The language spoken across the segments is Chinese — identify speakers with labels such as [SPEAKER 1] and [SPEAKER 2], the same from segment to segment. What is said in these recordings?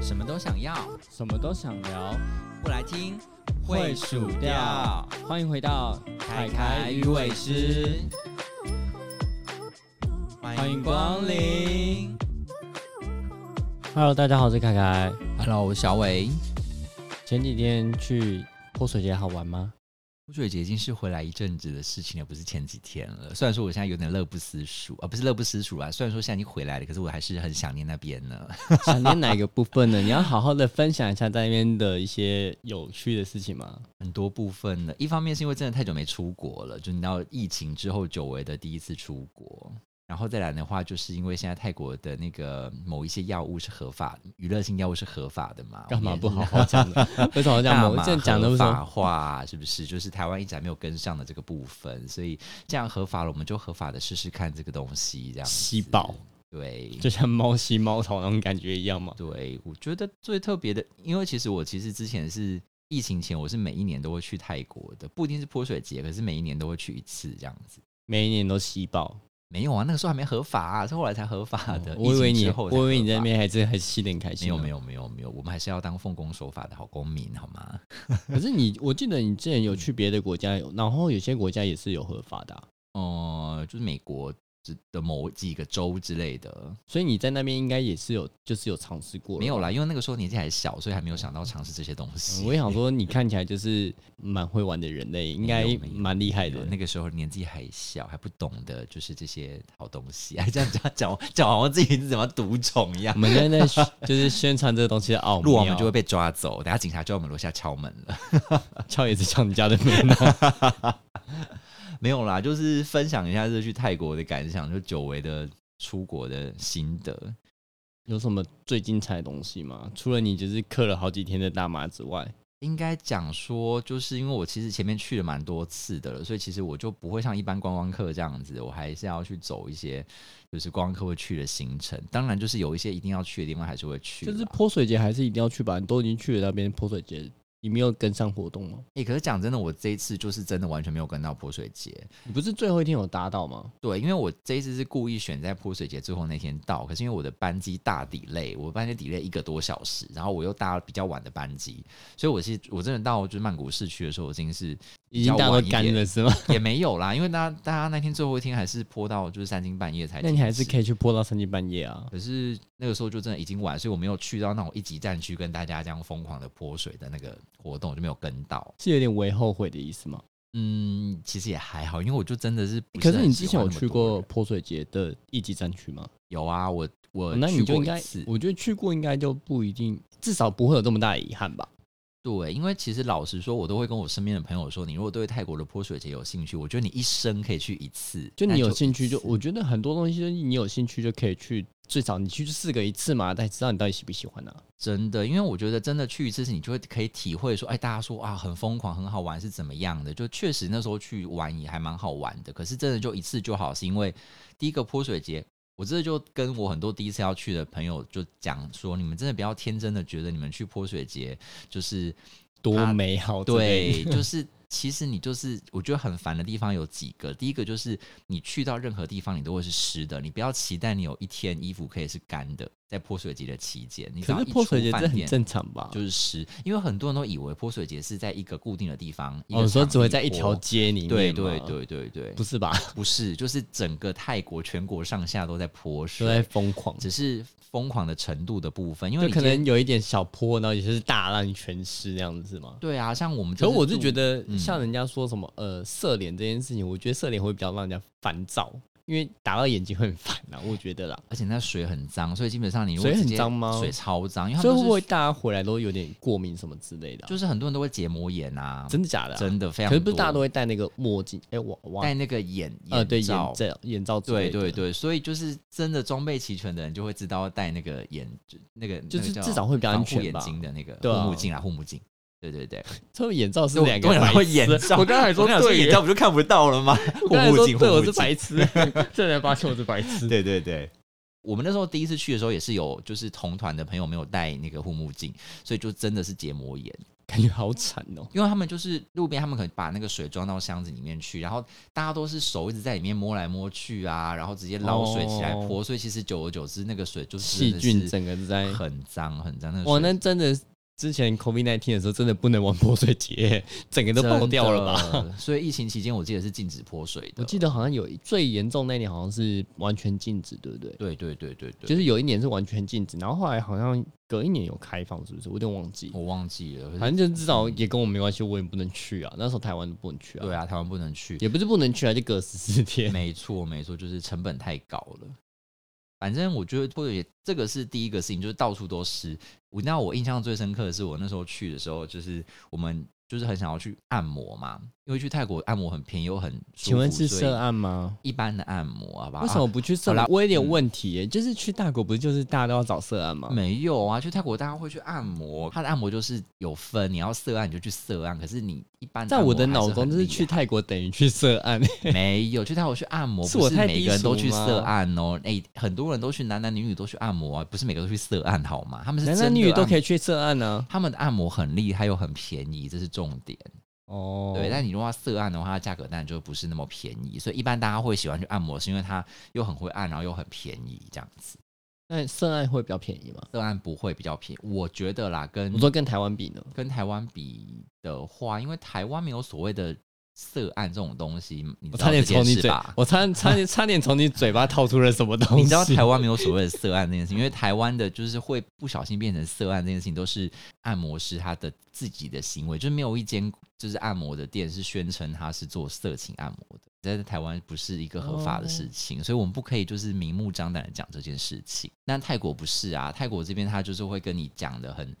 [SPEAKER 1] 什么都想要，
[SPEAKER 2] 什么都想聊，
[SPEAKER 1] 不来听
[SPEAKER 2] 会数掉。欢迎回到
[SPEAKER 1] 凯凯与伟师，
[SPEAKER 2] 欢迎光临。Hello，大家好，我是凯凯。
[SPEAKER 1] Hello，我是小伟。
[SPEAKER 2] 前几天去泼水节好玩吗？
[SPEAKER 1] 泼水节已经是回来一阵子的事情了，不是前几天了。虽然说我现在有点乐不思蜀，啊，不是乐不思蜀啊。虽然说现在已经回来了，可是我还是很想念那边呢。
[SPEAKER 2] 想念哪一个部分呢？你要好好的分享一下在那边的一些有趣的事情吗？
[SPEAKER 1] 很多部分呢，一方面是因为真的太久没出国了，就你知道疫情之后久违的第一次出国。然后再来的话，就是因为现在泰国的那个某一些药物是合法的，娱乐性药物是合法的嘛？
[SPEAKER 2] 干嘛
[SPEAKER 1] 我们也
[SPEAKER 2] 不好好讲 呢？为什么要讲
[SPEAKER 1] 大
[SPEAKER 2] 我
[SPEAKER 1] 麻
[SPEAKER 2] 这讲的为
[SPEAKER 1] 合
[SPEAKER 2] 什
[SPEAKER 1] 法
[SPEAKER 2] 么？
[SPEAKER 1] 化是不是？就是台湾一直还没有跟上的这个部分，所以这样合法了，我们就合法的试试看这个东西，这样
[SPEAKER 2] 吸饱，
[SPEAKER 1] 对。
[SPEAKER 2] 就像猫吸猫头那种感觉一样嘛。
[SPEAKER 1] 对，我觉得最特别的，因为其实我其实之前是疫情前，我是每一年都会去泰国的，不一定是泼水节，可是每一年都会去一次这样子。
[SPEAKER 2] 每一年都吸饱。
[SPEAKER 1] 没有啊，那个时候还没合法、啊，是后来才合法的。
[SPEAKER 2] 哦我以为
[SPEAKER 1] 疫情
[SPEAKER 2] 你，
[SPEAKER 1] 之后
[SPEAKER 2] 我
[SPEAKER 1] 才
[SPEAKER 2] 以为你在
[SPEAKER 1] 合
[SPEAKER 2] 那
[SPEAKER 1] 法
[SPEAKER 2] 边还是还吸得很开心。啊
[SPEAKER 1] 没有没。有没有没有，我们还是要当奉公守法的好公民，好吗？
[SPEAKER 2] 可是你，我记得你之前有去别的国家，有，然后有些国家也是有合法的啊、
[SPEAKER 1] 哦、就是美国之的某几个州之类的，
[SPEAKER 2] 所以你在那边应该也是有，就是有尝试过。
[SPEAKER 1] 没有啦，因为那个时候年纪还小，所以还没有想到尝试这些东
[SPEAKER 2] 嗯，
[SPEAKER 1] 西。
[SPEAKER 2] 我也想说，你看起来就是蛮会玩的人类，应该
[SPEAKER 1] 没有没有
[SPEAKER 2] 蛮厉害
[SPEAKER 1] 没有
[SPEAKER 2] 的。
[SPEAKER 1] 那个时候年纪还小，还不懂得就是这些好东西， 还这样讲讲讲好像自己是怎么毒虫一样
[SPEAKER 2] 我。们现在在 就是宣传这个东西的奥妙，
[SPEAKER 1] 录完我们就会被抓走，等下警察就要我们楼下敲门了。
[SPEAKER 2] 敲也是敲你家的门啊。
[SPEAKER 1] 没有啦，就是分享一下这去泰国的感想，就久违的出国的心得。
[SPEAKER 2] 有什么最精彩的东西吗？除了你就是嗑了好几天的大麻之外，
[SPEAKER 1] 应该讲说，就是因为我其实前面去了蛮多次的了，所以其实我就不会像一般观光客这样子，我还是要去走一些就是观光客会去的行程。当然，就是有一些一定要去的地方还是会去啦，
[SPEAKER 2] 就是泼水节还是一定要去吧？你都已经去了那边泼水节，你没有跟上活动吗？
[SPEAKER 1] 哎、可是讲真的，我这一次就是真的完全没有跟到泼水节。
[SPEAKER 2] 你不是最后一天有搭到吗？
[SPEAKER 1] 对，因为我这一次是故意选在泼水节最后那天到，可是因为我的班机大 delay，我班机 delay 一个多小时，然后我又搭比较晚的班机，所以我是我真的到就是曼谷市区的时候，我已经是
[SPEAKER 2] 已经大家
[SPEAKER 1] 晚
[SPEAKER 2] 都
[SPEAKER 1] 一
[SPEAKER 2] 干
[SPEAKER 1] 点
[SPEAKER 2] 了是吗？
[SPEAKER 1] 也没有啦，因为大家大家那天最后一天还是泼到就是三更半夜才停止。
[SPEAKER 2] 那你还是可以去泼到三更半夜啊。
[SPEAKER 1] 可是那个时候就真的已经晚，所以我没有去到那种一级战区跟大家这样疯狂的泼水的那个活动，我就没有跟到。
[SPEAKER 2] 是有点为后悔的意思吗？
[SPEAKER 1] 嗯，其实也还好，因为我就真的是不
[SPEAKER 2] 可
[SPEAKER 1] 是
[SPEAKER 2] 是
[SPEAKER 1] 很
[SPEAKER 2] 你
[SPEAKER 1] 喜
[SPEAKER 2] 之前
[SPEAKER 1] 欢
[SPEAKER 2] 有
[SPEAKER 1] 那么
[SPEAKER 2] 去
[SPEAKER 1] 多
[SPEAKER 2] 过
[SPEAKER 1] 人
[SPEAKER 2] 泼水节的一级战区吗？
[SPEAKER 1] 有啊，我我
[SPEAKER 2] 哦那
[SPEAKER 1] 去
[SPEAKER 2] 你就
[SPEAKER 1] 过
[SPEAKER 2] 应
[SPEAKER 1] 一
[SPEAKER 2] 该
[SPEAKER 1] 次，
[SPEAKER 2] 我觉得去过应该就不一定，至少不会有这么大的遗憾吧。
[SPEAKER 1] 对，因为其实老实说，我都会跟我身边的朋友说，你如果对泰国的泼水节有兴趣，我觉得你一生可以去一次。
[SPEAKER 2] 就
[SPEAKER 1] 那
[SPEAKER 2] 你有
[SPEAKER 1] 一
[SPEAKER 2] 兴趣就，
[SPEAKER 1] 次
[SPEAKER 2] 我觉得很多东西，就是你有兴趣就可以去，最少你去试个一次嘛，才知道你到底喜不喜欢啊。
[SPEAKER 1] 真的，因为我觉得真的去一次，你就会可以体会说，哎，大家说啊，很疯狂，很好玩是怎么样的？就确实那时候去玩也还蛮好玩的。可是真的就一次就好，是因为第一个泼水节，我真的就跟我很多第一次要去的朋友就讲说，你们真的不要天真的觉得你们去泼水节就是
[SPEAKER 2] 多
[SPEAKER 1] 它
[SPEAKER 2] 美好之类的，
[SPEAKER 1] 对， 就是其实你就是我觉得很烦的地方有几个，第一个就是你去到任何地方你都会是湿的，你不要期待你有一天衣服可以是干的，在泼水节的期间，你只
[SPEAKER 2] 可
[SPEAKER 1] 要
[SPEAKER 2] 是
[SPEAKER 1] 一
[SPEAKER 2] 泼
[SPEAKER 1] 出
[SPEAKER 2] 水节
[SPEAKER 1] 饭
[SPEAKER 2] 这很
[SPEAKER 1] 店
[SPEAKER 2] 正常吧？
[SPEAKER 1] 就是湿，因为很多人都以为泼水节是在一个固定的地方，一
[SPEAKER 2] 哦，
[SPEAKER 1] 个
[SPEAKER 2] 你说
[SPEAKER 1] 场
[SPEAKER 2] 只会
[SPEAKER 1] 地
[SPEAKER 2] 在一条
[SPEAKER 1] 泼。
[SPEAKER 2] 街里面，
[SPEAKER 1] 对对，对对对，
[SPEAKER 2] 不是吧？
[SPEAKER 1] 不 是，就是整个泰国全国上下都在泼
[SPEAKER 2] 都在
[SPEAKER 1] 水，
[SPEAKER 2] 疯狂，
[SPEAKER 1] 只是疯狂的程度的部分，因为
[SPEAKER 2] 就
[SPEAKER 1] 你
[SPEAKER 2] 可
[SPEAKER 1] 今天
[SPEAKER 2] 能有一点小泼，然后也就是大让你全湿那样子嘛。
[SPEAKER 1] 对啊，像我们
[SPEAKER 2] 可
[SPEAKER 1] 就是是住，
[SPEAKER 2] 我是觉得，
[SPEAKER 1] 嗯
[SPEAKER 2] 像人家说什么、呃色脸这件事情，我觉得色脸会比较让人家烦躁，因为打到眼睛会很烦啊，我觉得啦。
[SPEAKER 1] 而且那水很脏，所以基本上你如果
[SPEAKER 2] 水很
[SPEAKER 1] 直接
[SPEAKER 2] 脏吗
[SPEAKER 1] 水超脏，因为他
[SPEAKER 2] 所以
[SPEAKER 1] 们都
[SPEAKER 2] 会
[SPEAKER 1] 是
[SPEAKER 2] 不会大家回来都有点过敏什么之类的啊、
[SPEAKER 1] 就是很多人都会结膜炎啊，
[SPEAKER 2] 真的假的啊、
[SPEAKER 1] 真的非常多。
[SPEAKER 2] 可是不是大家都会戴那个墨镜？哎、我我
[SPEAKER 1] 戴那个眼
[SPEAKER 2] 呃对眼
[SPEAKER 1] 罩
[SPEAKER 2] 罩。眼罩之类
[SPEAKER 1] 对
[SPEAKER 2] 的
[SPEAKER 1] 对，对，所以就是真的装备齐全的人就会知道要戴那个眼就那个
[SPEAKER 2] 就
[SPEAKER 1] 那
[SPEAKER 2] 是
[SPEAKER 1] 个叫
[SPEAKER 2] 至少会比较安
[SPEAKER 1] 防护
[SPEAKER 2] 全
[SPEAKER 1] 眼
[SPEAKER 2] 吧
[SPEAKER 1] 睛的那个
[SPEAKER 2] 对啊
[SPEAKER 1] 护目镜啊，护目镜。对对对，
[SPEAKER 2] 这个眼罩是
[SPEAKER 1] 我
[SPEAKER 2] 两个
[SPEAKER 1] 我想说
[SPEAKER 2] 白痴
[SPEAKER 1] 眼罩
[SPEAKER 2] 我刚才
[SPEAKER 1] 我
[SPEAKER 2] 说
[SPEAKER 1] 想说
[SPEAKER 2] 对耶
[SPEAKER 1] 眼罩不就看不到了吗？
[SPEAKER 2] 我
[SPEAKER 1] 护
[SPEAKER 2] 刚才
[SPEAKER 1] 目
[SPEAKER 2] 说
[SPEAKER 1] 镜，
[SPEAKER 2] 对，
[SPEAKER 1] 护
[SPEAKER 2] 我
[SPEAKER 1] 目
[SPEAKER 2] 是
[SPEAKER 1] 镜。
[SPEAKER 2] 白痴， 这才发现我是白痴。
[SPEAKER 1] 对对对，我们那时候第一次去的时候也是有，就是同团的朋友没有戴那个护目镜，所以就真的是结膜炎。
[SPEAKER 2] 感觉好惨哦、
[SPEAKER 1] 因为他们就是路边，他们可能把那个水装到箱子里面去，然后大家都是手一直在里面摸来摸去啊，然后直接捞水起来
[SPEAKER 2] 哦
[SPEAKER 1] 泼，所以其实久而久之，那个水就是
[SPEAKER 2] 细菌
[SPEAKER 1] 真
[SPEAKER 2] 整个在
[SPEAKER 1] 的是很脏很脏。那个
[SPEAKER 2] 哇，
[SPEAKER 1] 水
[SPEAKER 2] 那真的之前 COVID 1 9的时候，真的不能玩泼水节，整个都爆掉了吧？
[SPEAKER 1] 吧？ 所以疫情期间，我记得是禁止泼水的。
[SPEAKER 2] 我记得好像有一最严重那一年，好像是完全禁止，对不对？
[SPEAKER 1] 对对对对对，
[SPEAKER 2] 就是有一年是完全禁止，然后后来好像隔一年有开放，是不是？我有点忘记。
[SPEAKER 1] 我忘记了。可是
[SPEAKER 2] 反正就至少也跟我没关系，我也不能去啊。那时候台湾都不能去啊，
[SPEAKER 1] 对啊，台湾不能去。
[SPEAKER 2] 也不是不能去啊，就隔十四 天。
[SPEAKER 1] 没错，没错，就是成本太高了。反正我觉得泼水节这个是第一个事情，就是到处都是。我那我印象最深刻的是，我那时候去的时候，就是我们就是很想要去按摩嘛，因为去泰国按摩很便宜又很舒服。
[SPEAKER 2] 请问是
[SPEAKER 1] 所以
[SPEAKER 2] 涉案吗？
[SPEAKER 1] 一般的按摩好吧？
[SPEAKER 2] 为什么不去涉
[SPEAKER 1] 好
[SPEAKER 2] 案
[SPEAKER 1] 啦？
[SPEAKER 2] 我有点问题耶，就是去泰国不是就是大家都要找涉案吗
[SPEAKER 1] 啊？没有啊？去泰国大家会去按摩，它的按摩就是有分，你要色按你就去色按，可是你一般的
[SPEAKER 2] 在
[SPEAKER 1] 按摩
[SPEAKER 2] 我的
[SPEAKER 1] 还
[SPEAKER 2] 脑中，
[SPEAKER 1] 很
[SPEAKER 2] 就是
[SPEAKER 1] 厉
[SPEAKER 2] 去
[SPEAKER 1] 害
[SPEAKER 2] 泰国等于去涉案。
[SPEAKER 1] 没有去泰国去按摩，
[SPEAKER 2] 是
[SPEAKER 1] 不
[SPEAKER 2] 我
[SPEAKER 1] 是
[SPEAKER 2] 太
[SPEAKER 1] 每
[SPEAKER 2] 低
[SPEAKER 1] 个人都
[SPEAKER 2] 俗
[SPEAKER 1] 去色
[SPEAKER 2] 吗
[SPEAKER 1] 按哦。哎、很多人都去，男男女女都去按摩啊，不是每个都去色按好吗？他们是
[SPEAKER 2] 男男女女都可
[SPEAKER 1] 以，
[SPEAKER 2] 以去涉案啊呢、
[SPEAKER 1] 他们的按摩很厉害又很便宜，这是重点。
[SPEAKER 2] 哦，
[SPEAKER 1] 对，但你如果要色按的话，它价格当然就不是那么便宜，所以一般大家会喜欢去按摩，是因为它又很会按，然后又很便宜这样子。
[SPEAKER 2] 那涉案会比较便宜吗？
[SPEAKER 1] 色按不会比较便宜，我觉得啦，跟
[SPEAKER 2] 我说跟台湾比呢？
[SPEAKER 1] 跟台湾比的话，因为台湾没有所谓的色按这种东西，你
[SPEAKER 2] 我
[SPEAKER 1] 知道
[SPEAKER 2] 差点
[SPEAKER 1] 这件
[SPEAKER 2] 从你
[SPEAKER 1] 事
[SPEAKER 2] 嘴
[SPEAKER 1] 吧？，
[SPEAKER 2] 我差差点差点从你嘴巴套出了什么东西？
[SPEAKER 1] 你知道台湾没有所谓的色案这件事，情，因为台湾的就是会不小心变成色案这件事情，都是按摩师他的自己的行为，就是没有一间就是按摩的店是宣称他是做色情按摩的，但是台湾不是一个合法的事情，
[SPEAKER 2] 哦
[SPEAKER 1] 所以我们不可以就是明目张胆的讲这件事情。但泰国不是啊，泰国这边他就是会跟你讲的很。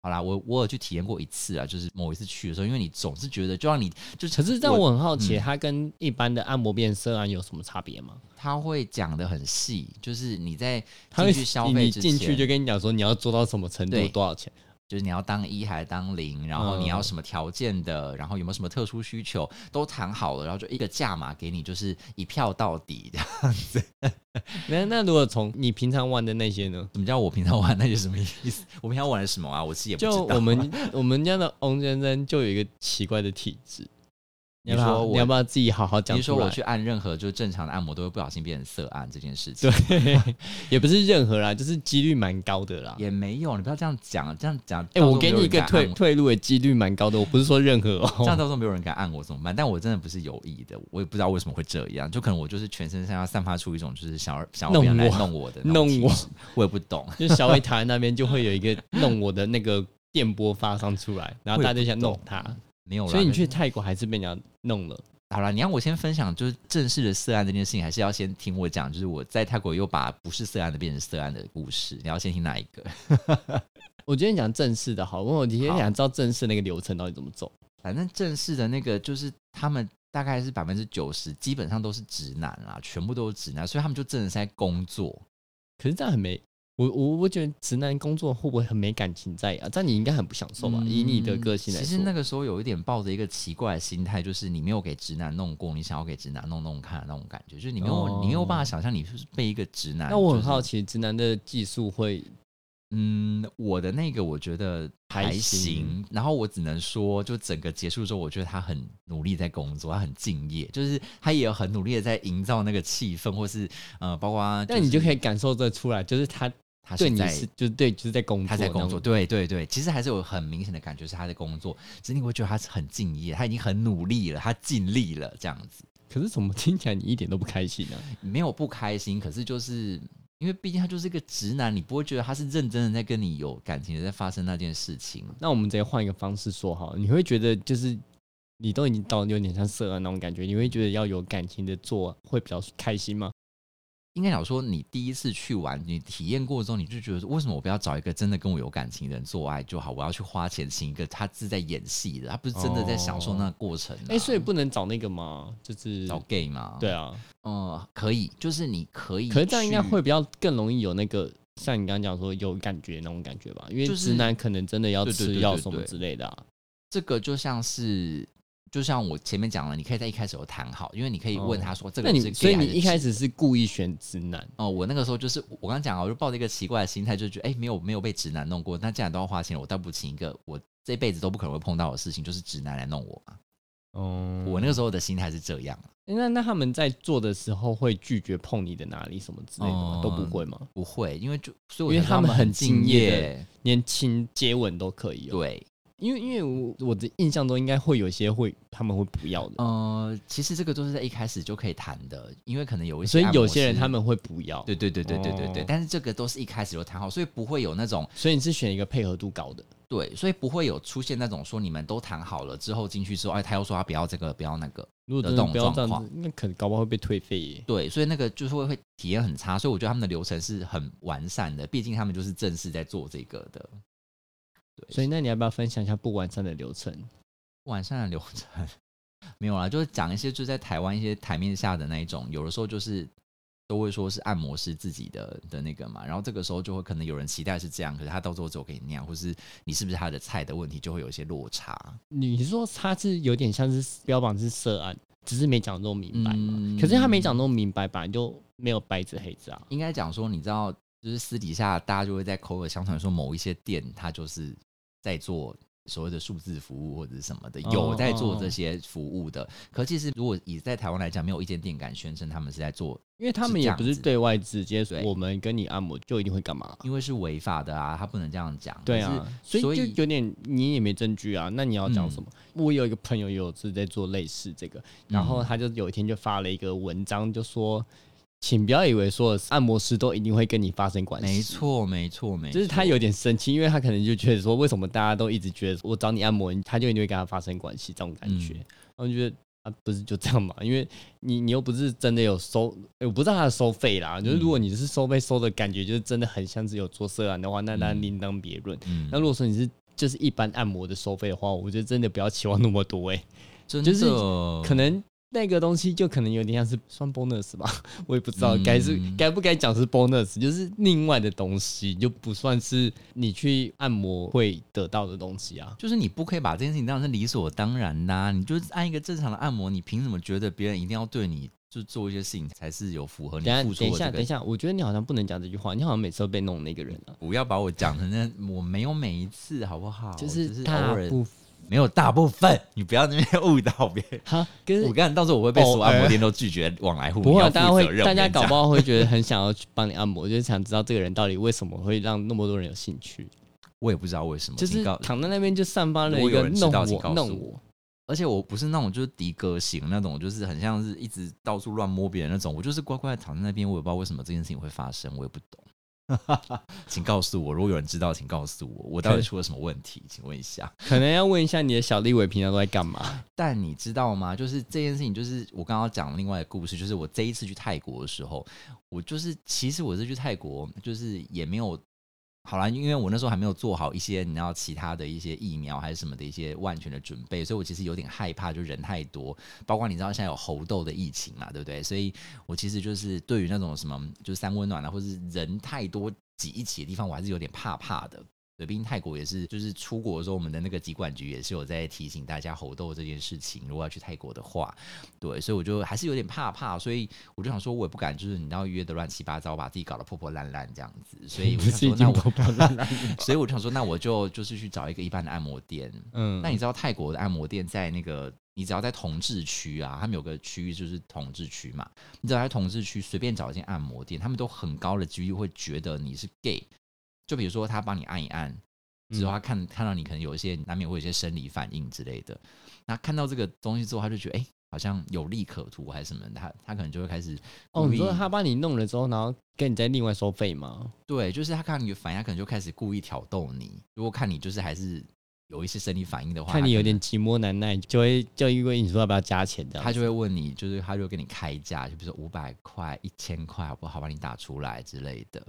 [SPEAKER 1] 好啦，我我有去体验过一次啊，就是某一次去的时候，因为你总是觉得，就让你就是，
[SPEAKER 2] 可是让
[SPEAKER 1] 我嗯
[SPEAKER 2] 我很好奇，它跟一般的按摩变涉案有什么差别吗？
[SPEAKER 1] 他会讲的很细，就是你在
[SPEAKER 2] 它
[SPEAKER 1] 进
[SPEAKER 2] 会
[SPEAKER 1] 去消
[SPEAKER 2] 你
[SPEAKER 1] 费
[SPEAKER 2] 你
[SPEAKER 1] 之
[SPEAKER 2] 进去
[SPEAKER 1] 前
[SPEAKER 2] 就跟你讲说你要做到什么程度
[SPEAKER 1] 对，
[SPEAKER 2] 多少钱？
[SPEAKER 1] 就是你要当一还是当零，然后
[SPEAKER 2] 嗯
[SPEAKER 1] 你要什么条件的，然后有没有什么特殊需求，都谈好了，然后就一个价码给你，就是一票到底。
[SPEAKER 2] 那那如果从你平常玩的那些呢？
[SPEAKER 1] 什么叫我平常玩那些什么意思？ 我平常玩的什么啊？我其实也不知
[SPEAKER 2] 就
[SPEAKER 1] 道。啊
[SPEAKER 2] 我们 我们家的翁先生就有一个奇怪的体质，
[SPEAKER 1] 你
[SPEAKER 2] 要不
[SPEAKER 1] 说
[SPEAKER 2] 要
[SPEAKER 1] 我
[SPEAKER 2] 你要不要自己好好
[SPEAKER 1] 你
[SPEAKER 2] 讲
[SPEAKER 1] 是
[SPEAKER 2] 出
[SPEAKER 1] 说
[SPEAKER 2] 来？
[SPEAKER 1] 我去按任何就是正常的按摩都会不小心变成色按这件事情，
[SPEAKER 2] 对， 也不是任何啦，就是几率蛮高的啦。
[SPEAKER 1] 也没有，你不要这样讲，这样讲，
[SPEAKER 2] 哎、
[SPEAKER 1] 到时候
[SPEAKER 2] 我给
[SPEAKER 1] 没
[SPEAKER 2] 你
[SPEAKER 1] 有
[SPEAKER 2] 一个
[SPEAKER 1] 人敢
[SPEAKER 2] 退
[SPEAKER 1] 按我
[SPEAKER 2] 退路的几率蛮高的，我不是说任 何
[SPEAKER 1] 这样
[SPEAKER 2] 哦。
[SPEAKER 1] 到时候没有人敢按我怎么办？但我真的不是有意的，我也不知道为什么会这样，就可能我就是全身上下散发出一种就是想要想要
[SPEAKER 2] 弄
[SPEAKER 1] 别人来
[SPEAKER 2] 我
[SPEAKER 1] 弄我的那种
[SPEAKER 2] 弄
[SPEAKER 1] 气
[SPEAKER 2] 我，
[SPEAKER 1] 我也不懂。
[SPEAKER 2] 就小伟台那边就会有一个弄我的那个电波发上出来，然后大家就想弄他，
[SPEAKER 1] 没有啦，
[SPEAKER 2] 所以你
[SPEAKER 1] 但
[SPEAKER 2] 去泰国还是被人家弄了。
[SPEAKER 1] 好啦，你让我先分享就是正式的色案这件事情，还是要先听我讲，就是我在泰国又把不是色案的变成色案的故事。你要先听哪一个？
[SPEAKER 2] 我今天讲正式的好，因为我今天想知道正式那个流程到底怎么走。
[SPEAKER 1] 反正正式的那个就是他们大概是百分之九十，基本上都是直男啦，全部都是直男，所以他们就真的是在工作。
[SPEAKER 2] 可是这样很没，我我我觉得直男工作会不会很没感情在啊？这样你应该很不享受吧？以你的个性
[SPEAKER 1] 嗯
[SPEAKER 2] 来
[SPEAKER 1] 其
[SPEAKER 2] 说，
[SPEAKER 1] 实那个时候有一点抱着一个奇怪的心态，就是你没有给直男弄过，你想要给直男弄弄看的那种感觉，就是你没有、
[SPEAKER 2] 哦
[SPEAKER 1] 你没有办法想象你是被一个直男。
[SPEAKER 2] 那我很
[SPEAKER 1] 就是
[SPEAKER 2] 好奇，直男的技术会
[SPEAKER 1] 嗯，我的那个我觉得
[SPEAKER 2] 还
[SPEAKER 1] 还
[SPEAKER 2] 行
[SPEAKER 1] 行，然后我只能说，就整个结束之后，我觉得他很努力在工作，他很敬业，就是他也有很努力的在营造那个气氛，或是呃，包括
[SPEAKER 2] 那你就可
[SPEAKER 1] 以
[SPEAKER 2] 以感受得出来，就是他
[SPEAKER 1] 他
[SPEAKER 2] 对
[SPEAKER 1] 是
[SPEAKER 2] 你
[SPEAKER 1] 在
[SPEAKER 2] 是就是对，就是在工作，
[SPEAKER 1] 他在工作，。对对对，其实还是有很明显的感觉是他在工作，只是你会觉得他是很敬业，他已经很努力了，他尽力了这样子，
[SPEAKER 2] 可是怎么听起来你一点都不开心啊呢、
[SPEAKER 1] 没有不开心，可是就是。因为毕竟他就是一个直男，你不会觉得他是认真的在跟你有感情的在发生那件事情。
[SPEAKER 2] 那我们直接换一个方式说好了，你会觉得就是你都已经到有点像色案那种感觉，你会觉得要有感情的做会比较开心吗？
[SPEAKER 1] 应该讲说，你第一次去玩，你体验过之后，你就觉得说为什么我不要找一个真的跟我有感情的人做爱就好？我要去花钱请一个他是在演戏的，他不是真的在享受那个过程、啊。
[SPEAKER 2] 哎、所以不能找那个吗？就是
[SPEAKER 1] 找 gay 吗？
[SPEAKER 2] 对，啊，
[SPEAKER 1] 嗯，可以，就是你可以，
[SPEAKER 2] 可是这样应该会。比较更容易有那个像你刚刚讲说有感觉那种感觉吧，因为
[SPEAKER 1] 就是
[SPEAKER 2] 直男可能真的要
[SPEAKER 1] 对对
[SPEAKER 2] 吃
[SPEAKER 1] 对
[SPEAKER 2] 药
[SPEAKER 1] 对
[SPEAKER 2] 什么
[SPEAKER 1] 对
[SPEAKER 2] 之类的啊。
[SPEAKER 1] 这个就像是，就像我前面讲了，你可以在一开始有谈好，因为你可以问他说，这个
[SPEAKER 2] 哦那
[SPEAKER 1] 是
[SPEAKER 2] 你
[SPEAKER 1] gay
[SPEAKER 2] 所以
[SPEAKER 1] 还
[SPEAKER 2] 你
[SPEAKER 1] 是
[SPEAKER 2] 一开
[SPEAKER 1] 直
[SPEAKER 2] 始是故意选直男，
[SPEAKER 1] 哦，我那个时候就是我刚刚讲啊，我就抱着一个奇怪的心态，就觉得哎、没有没有被直男弄过，那既然都要花钱了，我倒不如请一个我这辈子都不可能会碰到的事情，就是直男来弄我嘛。
[SPEAKER 2] 哦，
[SPEAKER 1] 我那个时候的心态是这样，
[SPEAKER 2] 诶那那他们在做的时候会拒绝碰你的哪里什么之类的吗？都不
[SPEAKER 1] 嗯
[SPEAKER 2] 会吗？
[SPEAKER 1] 不会，因为就所以我
[SPEAKER 2] 因为
[SPEAKER 1] 才说
[SPEAKER 2] 他们
[SPEAKER 1] 们
[SPEAKER 2] 很
[SPEAKER 1] 敬
[SPEAKER 2] 敬业的，连亲接吻都可以、哦。
[SPEAKER 1] 对。
[SPEAKER 2] 因为因为我我的印象中应该会有一些会他们会不要的，
[SPEAKER 1] 呃，其实这个都是在一开始就可以谈的，因为可能有一些
[SPEAKER 2] 所以
[SPEAKER 1] 按摩
[SPEAKER 2] 有些人
[SPEAKER 1] 师
[SPEAKER 2] 他们会不要。
[SPEAKER 1] 对对对对对对对，
[SPEAKER 2] 哦
[SPEAKER 1] 但是这个都是一开始就谈好，所以不会有那种
[SPEAKER 2] 所以你是选一个配合度高的。
[SPEAKER 1] 对，所以不会有出现那种说你们都谈好了之后进去之后，哎，他又说他不要这个不要那个，
[SPEAKER 2] 如果
[SPEAKER 1] 的
[SPEAKER 2] 真
[SPEAKER 1] 这
[SPEAKER 2] 的
[SPEAKER 1] 种
[SPEAKER 2] 不要这
[SPEAKER 1] 状
[SPEAKER 2] 样
[SPEAKER 1] 况
[SPEAKER 2] 子，那可能搞不好会被退费耶。
[SPEAKER 1] 对，所以那个就是会会体验很差，所以我觉得他们的流程是很完善的，毕竟他们就是正式在做这个的。对，
[SPEAKER 2] 所以那你要不要分享一下不完善的流程？
[SPEAKER 1] 完善的流程没有啦，就是讲一些就是在台湾一些台面下的那一种，有的时候就是都会说是按摩师自己的的那个嘛，然后这个时候就会可能有人期待是这样，可是他到最后只有给你那样，或是你是不是他的菜的问题，就会有一些落差。
[SPEAKER 2] 你说他是有点像是标榜是涉案，只是没讲那么明白嘛？
[SPEAKER 1] 嗯
[SPEAKER 2] 可是他没讲那么明白吧，你就没有白纸黑字啊。
[SPEAKER 1] 应该讲说，你知道，就是私底下大家就会在口耳相传说某一些店，它就是在做所谓的数字服务或者是什么的，
[SPEAKER 2] 哦
[SPEAKER 1] 有在做这些服务的。可其实如果以在台湾来讲，没有一间店敢宣称他们是在做，
[SPEAKER 2] 因为他
[SPEAKER 1] 是这
[SPEAKER 2] 们也
[SPEAKER 1] 样
[SPEAKER 2] 不是
[SPEAKER 1] 子
[SPEAKER 2] 对外直接说
[SPEAKER 1] 对
[SPEAKER 2] 我们跟你按摩就一定会干嘛。
[SPEAKER 1] 因为是违法的啊，他不能这样讲。
[SPEAKER 2] 对
[SPEAKER 1] 可是
[SPEAKER 2] 啊，所以
[SPEAKER 1] 所
[SPEAKER 2] 就
[SPEAKER 1] 以嗯
[SPEAKER 2] 有点你也没证据啊，那你要讲什么？我有一个朋友也有是在做类似这个，然后他就有一天就发了一个文章，就说，请不要以为说按摩师都一定会跟你发生关系，
[SPEAKER 1] 没，错，没错，没错，
[SPEAKER 2] 就是他有点生气，因为他可能就觉得说，为什么大家都一直觉得我找你按摩，他就一定会跟他发生关系这种感觉，
[SPEAKER 1] 嗯
[SPEAKER 2] 然后就觉得。啊，不是就这样嘛？因为你你又不是真的有收，诶我不知道他的收费啦。
[SPEAKER 1] 嗯
[SPEAKER 2] 就是如果你是收费收的感觉，就是真的很像是有做色狼的话，那那
[SPEAKER 1] 嗯
[SPEAKER 2] 另当别论。
[SPEAKER 1] 嗯
[SPEAKER 2] 那如果说你是就是一般按摩的收费的话，我觉得真的不要期望那么多哎、
[SPEAKER 1] 真
[SPEAKER 2] 就
[SPEAKER 1] 的
[SPEAKER 2] 是
[SPEAKER 1] 哦
[SPEAKER 2] 可能那个东西就可能有点像是算 bonus 吧， 我也不知道
[SPEAKER 1] 嗯
[SPEAKER 2] 该是该不该讲是 bonus，就是另外的东西，就不算是你去按摩会得到的东西啊。
[SPEAKER 1] 就是你不可以把这件事情当成是理所当然呐、你就是按一个正常的按摩，你凭什么觉得别人一定要对你就做一些事情才是有符合你
[SPEAKER 2] 等一
[SPEAKER 1] 付
[SPEAKER 2] 下，等一
[SPEAKER 1] 出
[SPEAKER 2] 下，
[SPEAKER 1] 的
[SPEAKER 2] 等一
[SPEAKER 1] 这个？
[SPEAKER 2] 下，我觉得你好像不能讲这句话，你好像每次都被弄那个人啊，
[SPEAKER 1] 不要把我讲成那我没有每一次好不好？
[SPEAKER 2] 就是
[SPEAKER 1] 偶
[SPEAKER 2] 大
[SPEAKER 1] 尔
[SPEAKER 2] 部分
[SPEAKER 1] 没有大部分，你不要在那边 误导别人。
[SPEAKER 2] 哈，可是
[SPEAKER 1] 我跟你到时候我会被所有
[SPEAKER 2] 偶尔
[SPEAKER 1] 按摩店都拒绝往来户，
[SPEAKER 2] 不会
[SPEAKER 1] 你
[SPEAKER 2] 啊，
[SPEAKER 1] 要
[SPEAKER 2] 大家
[SPEAKER 1] 负责
[SPEAKER 2] 会，
[SPEAKER 1] 任。
[SPEAKER 2] 大家
[SPEAKER 1] 我跟你讲
[SPEAKER 2] 搞不好会觉得很想要去帮你按摩，就是想知道这个人到底为什么会让那么多人有兴趣。
[SPEAKER 1] 我也不知道为什么，
[SPEAKER 2] 就是
[SPEAKER 1] 你告
[SPEAKER 2] 躺在那边就散发了
[SPEAKER 1] 如果
[SPEAKER 2] 一
[SPEAKER 1] 有
[SPEAKER 2] 个
[SPEAKER 1] 人知
[SPEAKER 2] 弄
[SPEAKER 1] 道请
[SPEAKER 2] 我
[SPEAKER 1] 告诉
[SPEAKER 2] 弄
[SPEAKER 1] 我
[SPEAKER 2] 我，
[SPEAKER 1] 而且我不是那种就是的哥型那种，就是很像是一直到处乱摸别人那种，我就是乖乖的躺在那边，我也不知道为什么这件事情会发生，我也不懂。 请告诉我，如果有人知道，请告诉我，我到底出了什么问题？请问一下。
[SPEAKER 2] 可能要问一下你的小立伟平常都在干 嘛？
[SPEAKER 1] 但你知道吗？就是这件事情，就是我刚刚讲另外的故事，就是我这一次去泰国的时候，我就是其实我是去泰国，就是也没有好啦，因为我那时候还没有做好一些你知道其他的一些疫苗还是什么的一些万全的准备，所以我其实有点害怕，就人太多，包括你知道现在有猴痘的疫情嘛，对不对？所以我其实就是对于那种什么就是三温暖啊，或是人太多挤一起的地方，我还是有点怕怕的。对，毕竟泰国也是，就是出国的时候，我们的那个疾管局也是有在提醒大家猴痘这件事情。如果要去泰国的话，对，所以我就还是有点怕怕，所以我就想说，我也不敢，就是你知道约的乱七八糟，把自己搞得破破烂烂这样子。所以我
[SPEAKER 2] 不
[SPEAKER 1] 想
[SPEAKER 2] 是已
[SPEAKER 1] 说，那
[SPEAKER 2] 经
[SPEAKER 1] 我
[SPEAKER 2] 破破烂烂了
[SPEAKER 1] 所以我就想说，那我就就是去找一个一般的按摩店。
[SPEAKER 2] 嗯，
[SPEAKER 1] 那你知道泰国的按摩店在那个，你只要在同治区啊，他们有个区域就是同治区嘛，你只要在同治区随便找一间按摩店，他们都很高的几率会觉得你是 gay。就比如说他帮你按一按，之
[SPEAKER 2] 嗯
[SPEAKER 1] 后他看看到你可能有一些难免会有一些生理反应之类的，那看到这个东西之后，他就觉得哎、诶好像有利可图还是什么的，他他可能就会开始
[SPEAKER 2] 哦，
[SPEAKER 1] 故
[SPEAKER 2] 你说
[SPEAKER 1] 意
[SPEAKER 2] 他帮你弄了之后，然后跟你再另外收费吗？
[SPEAKER 1] 对，就是他看到你的反应，他可能就开始故意挑逗你。如果看你就是还是有一些生理反应的话，
[SPEAKER 2] 看
[SPEAKER 1] 他
[SPEAKER 2] 你有
[SPEAKER 1] 可能
[SPEAKER 2] 点寂寞难耐，就会就因为你说要不要加钱这样
[SPEAKER 1] 他
[SPEAKER 2] 子，
[SPEAKER 1] 就会问你，就是他就会跟你开价，就比如说五百块、一千块，好不好？把你打出来之类的。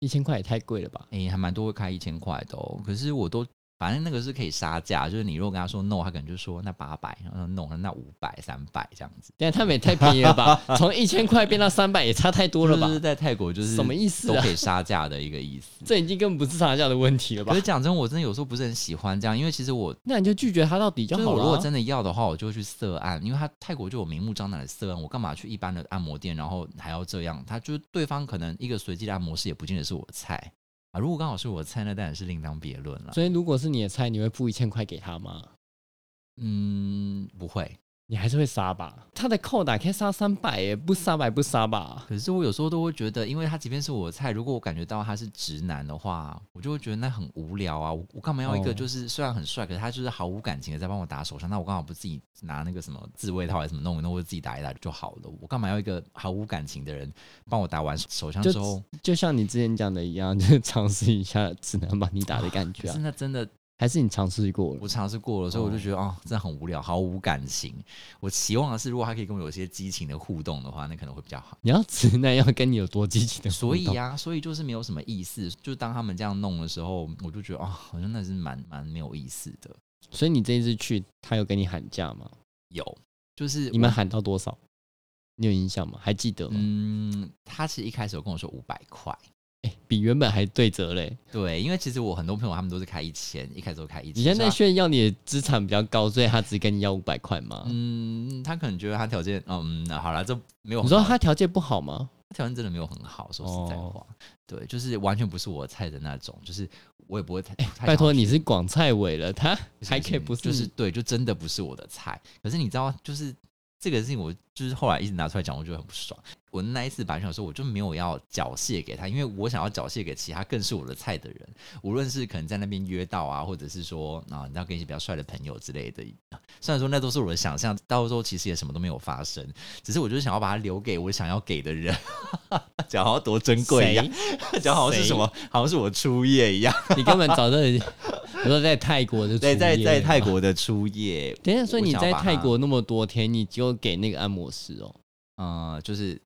[SPEAKER 2] 一千块也太贵了吧？
[SPEAKER 1] 诶、还蛮多会开一千块的哦。可是我都反正那个是可以杀价，就是你如果跟他说 no，他可能就说那八百，然后 no 那五百、三百这样子。
[SPEAKER 2] 但他们也太便宜 了吧？从一千块变到三百也差太多了吧
[SPEAKER 1] 就？是在泰国就是
[SPEAKER 2] 什么意思啊
[SPEAKER 1] 都可以杀价的一个意思。
[SPEAKER 2] 这已经根本不 是差价的问题了吧
[SPEAKER 1] 可是？讲真，我真的有时候不是很喜欢这样，因为其实我
[SPEAKER 2] 那你就拒绝他到底就
[SPEAKER 1] 就是
[SPEAKER 2] 好
[SPEAKER 1] 我
[SPEAKER 2] 了
[SPEAKER 1] 如
[SPEAKER 2] 啊。
[SPEAKER 1] 果真的要的话，我就会去色案，因为他泰国就有明目张胆的色案，我干嘛去一般的按摩店，然后还要这样？他就是对方可能一个随机的按摩师也不见得是我的菜，啊。如果刚好是我的菜，那当然是另当别论了。
[SPEAKER 2] 所以如果是你的菜，你会付一千块给他吗？
[SPEAKER 1] 嗯，不会。
[SPEAKER 2] 你还是会杀吧？他的扣打可以杀三百耶，不杀百不杀吧？
[SPEAKER 1] 可是我有时候都会觉得，因为他即便是我的菜，如果我感觉到他是直男的话，我就会觉得那很无聊啊！我我干嘛要一个
[SPEAKER 2] 哦
[SPEAKER 1] 就是虽然很帅，可是他就是毫无感情的在帮我打手枪？那我刚好不自己拿那个什么自慰套还是什么弄一弄，我自己打一打就好了。我干嘛要一个毫无感情的人帮我打完手枪
[SPEAKER 2] 就
[SPEAKER 1] 之后？
[SPEAKER 2] 就像你之前讲的一样，就是尝试一下只能把你打的感觉
[SPEAKER 1] 可
[SPEAKER 2] 啊
[SPEAKER 1] 是，那真的
[SPEAKER 2] 还是你尝试过了
[SPEAKER 1] 我？尝试过了，所以我就觉得哦真的很无聊，毫无感情。我期望的是，如果他可以跟我有一些激情的互动的话，那可能会比较好。
[SPEAKER 2] 你要直男要跟你有多积极的互动，
[SPEAKER 1] 所以啊呀、所以就是没有什么意思。就当他们这样弄的时候，我就觉得啊、好像那是蛮蛮没有意思的。
[SPEAKER 2] 所以你这一次去，他有跟你喊价吗？
[SPEAKER 1] 有，就是
[SPEAKER 2] 你们
[SPEAKER 1] 我
[SPEAKER 2] 喊到多少？你有印象吗？还记得吗？
[SPEAKER 1] 嗯，他其实一开始有跟我说五百块，
[SPEAKER 2] 哎、比原本还对折嘞！
[SPEAKER 1] 对，因为其实我很多朋友他们都是开一千，一开始都开一千。
[SPEAKER 2] 你现在
[SPEAKER 1] 所以
[SPEAKER 2] 在炫耀你的资产比较高，所以他只跟你要五百块吗
[SPEAKER 1] 他？嗯，他可能觉得他条件嗯，那好了，这没有
[SPEAKER 2] 你
[SPEAKER 1] 很
[SPEAKER 2] 说
[SPEAKER 1] 好
[SPEAKER 2] 他条件不好吗？
[SPEAKER 1] 条件真的没有很好，说实在
[SPEAKER 2] 哦
[SPEAKER 1] 话，对，就是完全不是我菜的那种，就是我也不会太。太
[SPEAKER 2] 哎拜
[SPEAKER 1] 想要
[SPEAKER 2] 托，
[SPEAKER 1] 去
[SPEAKER 2] 你是广蔡伟了，他
[SPEAKER 1] 不是
[SPEAKER 2] 还可以
[SPEAKER 1] 不
[SPEAKER 2] 不是
[SPEAKER 1] 是就是
[SPEAKER 2] 你？
[SPEAKER 1] 对，就真的不是我的菜。可是你知道，就是这个事情，我就是后来一直拿出来讲，我觉得很不爽。我那一次白想说，我就没有要缴械给他，因为我想要缴械给其他更是我的菜的人，无论是可能在那边约到啊，或者是说啊，你知道跟一些比较帅的朋友之类的。啊虽然说那都是我的想象，到时候其实也什么都没有发生，只是我就是想要把它留给我想要给的人，讲好像多珍贵一样，讲好像是什么，好像是我初夜 一样，
[SPEAKER 2] 谁？你根本早就已经，我说在泰国就
[SPEAKER 1] 对，
[SPEAKER 2] 出
[SPEAKER 1] 在
[SPEAKER 2] 业
[SPEAKER 1] 在
[SPEAKER 2] 了
[SPEAKER 1] 泰。国的初夜，
[SPEAKER 2] 等一下，所以
[SPEAKER 1] 我
[SPEAKER 2] 你
[SPEAKER 1] 想要
[SPEAKER 2] 在
[SPEAKER 1] 把它
[SPEAKER 2] 泰国那么多天，你就给那个按摩师哦、
[SPEAKER 1] 呃，就是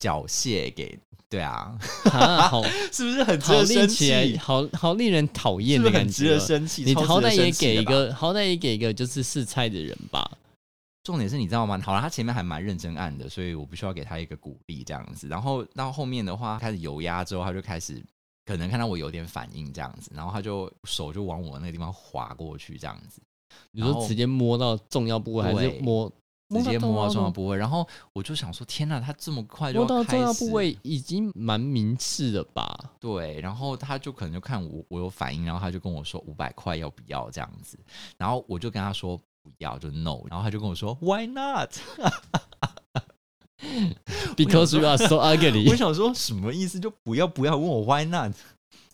[SPEAKER 1] 缴械给，对啊，
[SPEAKER 2] 啊，好
[SPEAKER 1] 是不是很值
[SPEAKER 2] 好啊
[SPEAKER 1] 得
[SPEAKER 2] 令
[SPEAKER 1] 生
[SPEAKER 2] 起
[SPEAKER 1] 气
[SPEAKER 2] 来，？好好令人讨
[SPEAKER 1] 是
[SPEAKER 2] 厌
[SPEAKER 1] 不
[SPEAKER 2] 的
[SPEAKER 1] 是
[SPEAKER 2] 感
[SPEAKER 1] 很值
[SPEAKER 2] 觉
[SPEAKER 1] 得
[SPEAKER 2] 哦。
[SPEAKER 1] 生气？
[SPEAKER 2] 你
[SPEAKER 1] 超值
[SPEAKER 2] 好
[SPEAKER 1] 得
[SPEAKER 2] 歹也
[SPEAKER 1] 生气
[SPEAKER 2] 给
[SPEAKER 1] 的
[SPEAKER 2] 一
[SPEAKER 1] 吧。
[SPEAKER 2] 个，好歹也给一个就是试菜的人吧。
[SPEAKER 1] 重点是你知道吗？好了，他前面还蛮认真按的，所以我必须要给他一个鼓励这样子。然后到后面的话，开始油压之后，他就开始可能看到我有点反应这样子，然后他就手就往我那个地方划过去这样子，
[SPEAKER 2] 你
[SPEAKER 1] 然
[SPEAKER 2] 说
[SPEAKER 1] 后
[SPEAKER 2] 直接摸到重要部位，还是
[SPEAKER 1] 对
[SPEAKER 2] 摸
[SPEAKER 1] 直接摸到重要
[SPEAKER 2] 部
[SPEAKER 1] 部位。然后我就想说，天哪，他这么快
[SPEAKER 2] 位？
[SPEAKER 1] 就
[SPEAKER 2] 摸到
[SPEAKER 1] 开
[SPEAKER 2] 重要
[SPEAKER 1] 始
[SPEAKER 2] 部位已经蛮明示了吧？
[SPEAKER 1] 对，然后他就可能就看我我有反应，然后他就跟我说五百块要不要这样子，然后我就跟他说不要，就 no，然后他就跟我说 why not？
[SPEAKER 2] Because you are so
[SPEAKER 1] 我
[SPEAKER 2] ugly。
[SPEAKER 1] 想说什么意思？就不要不要问我 why not？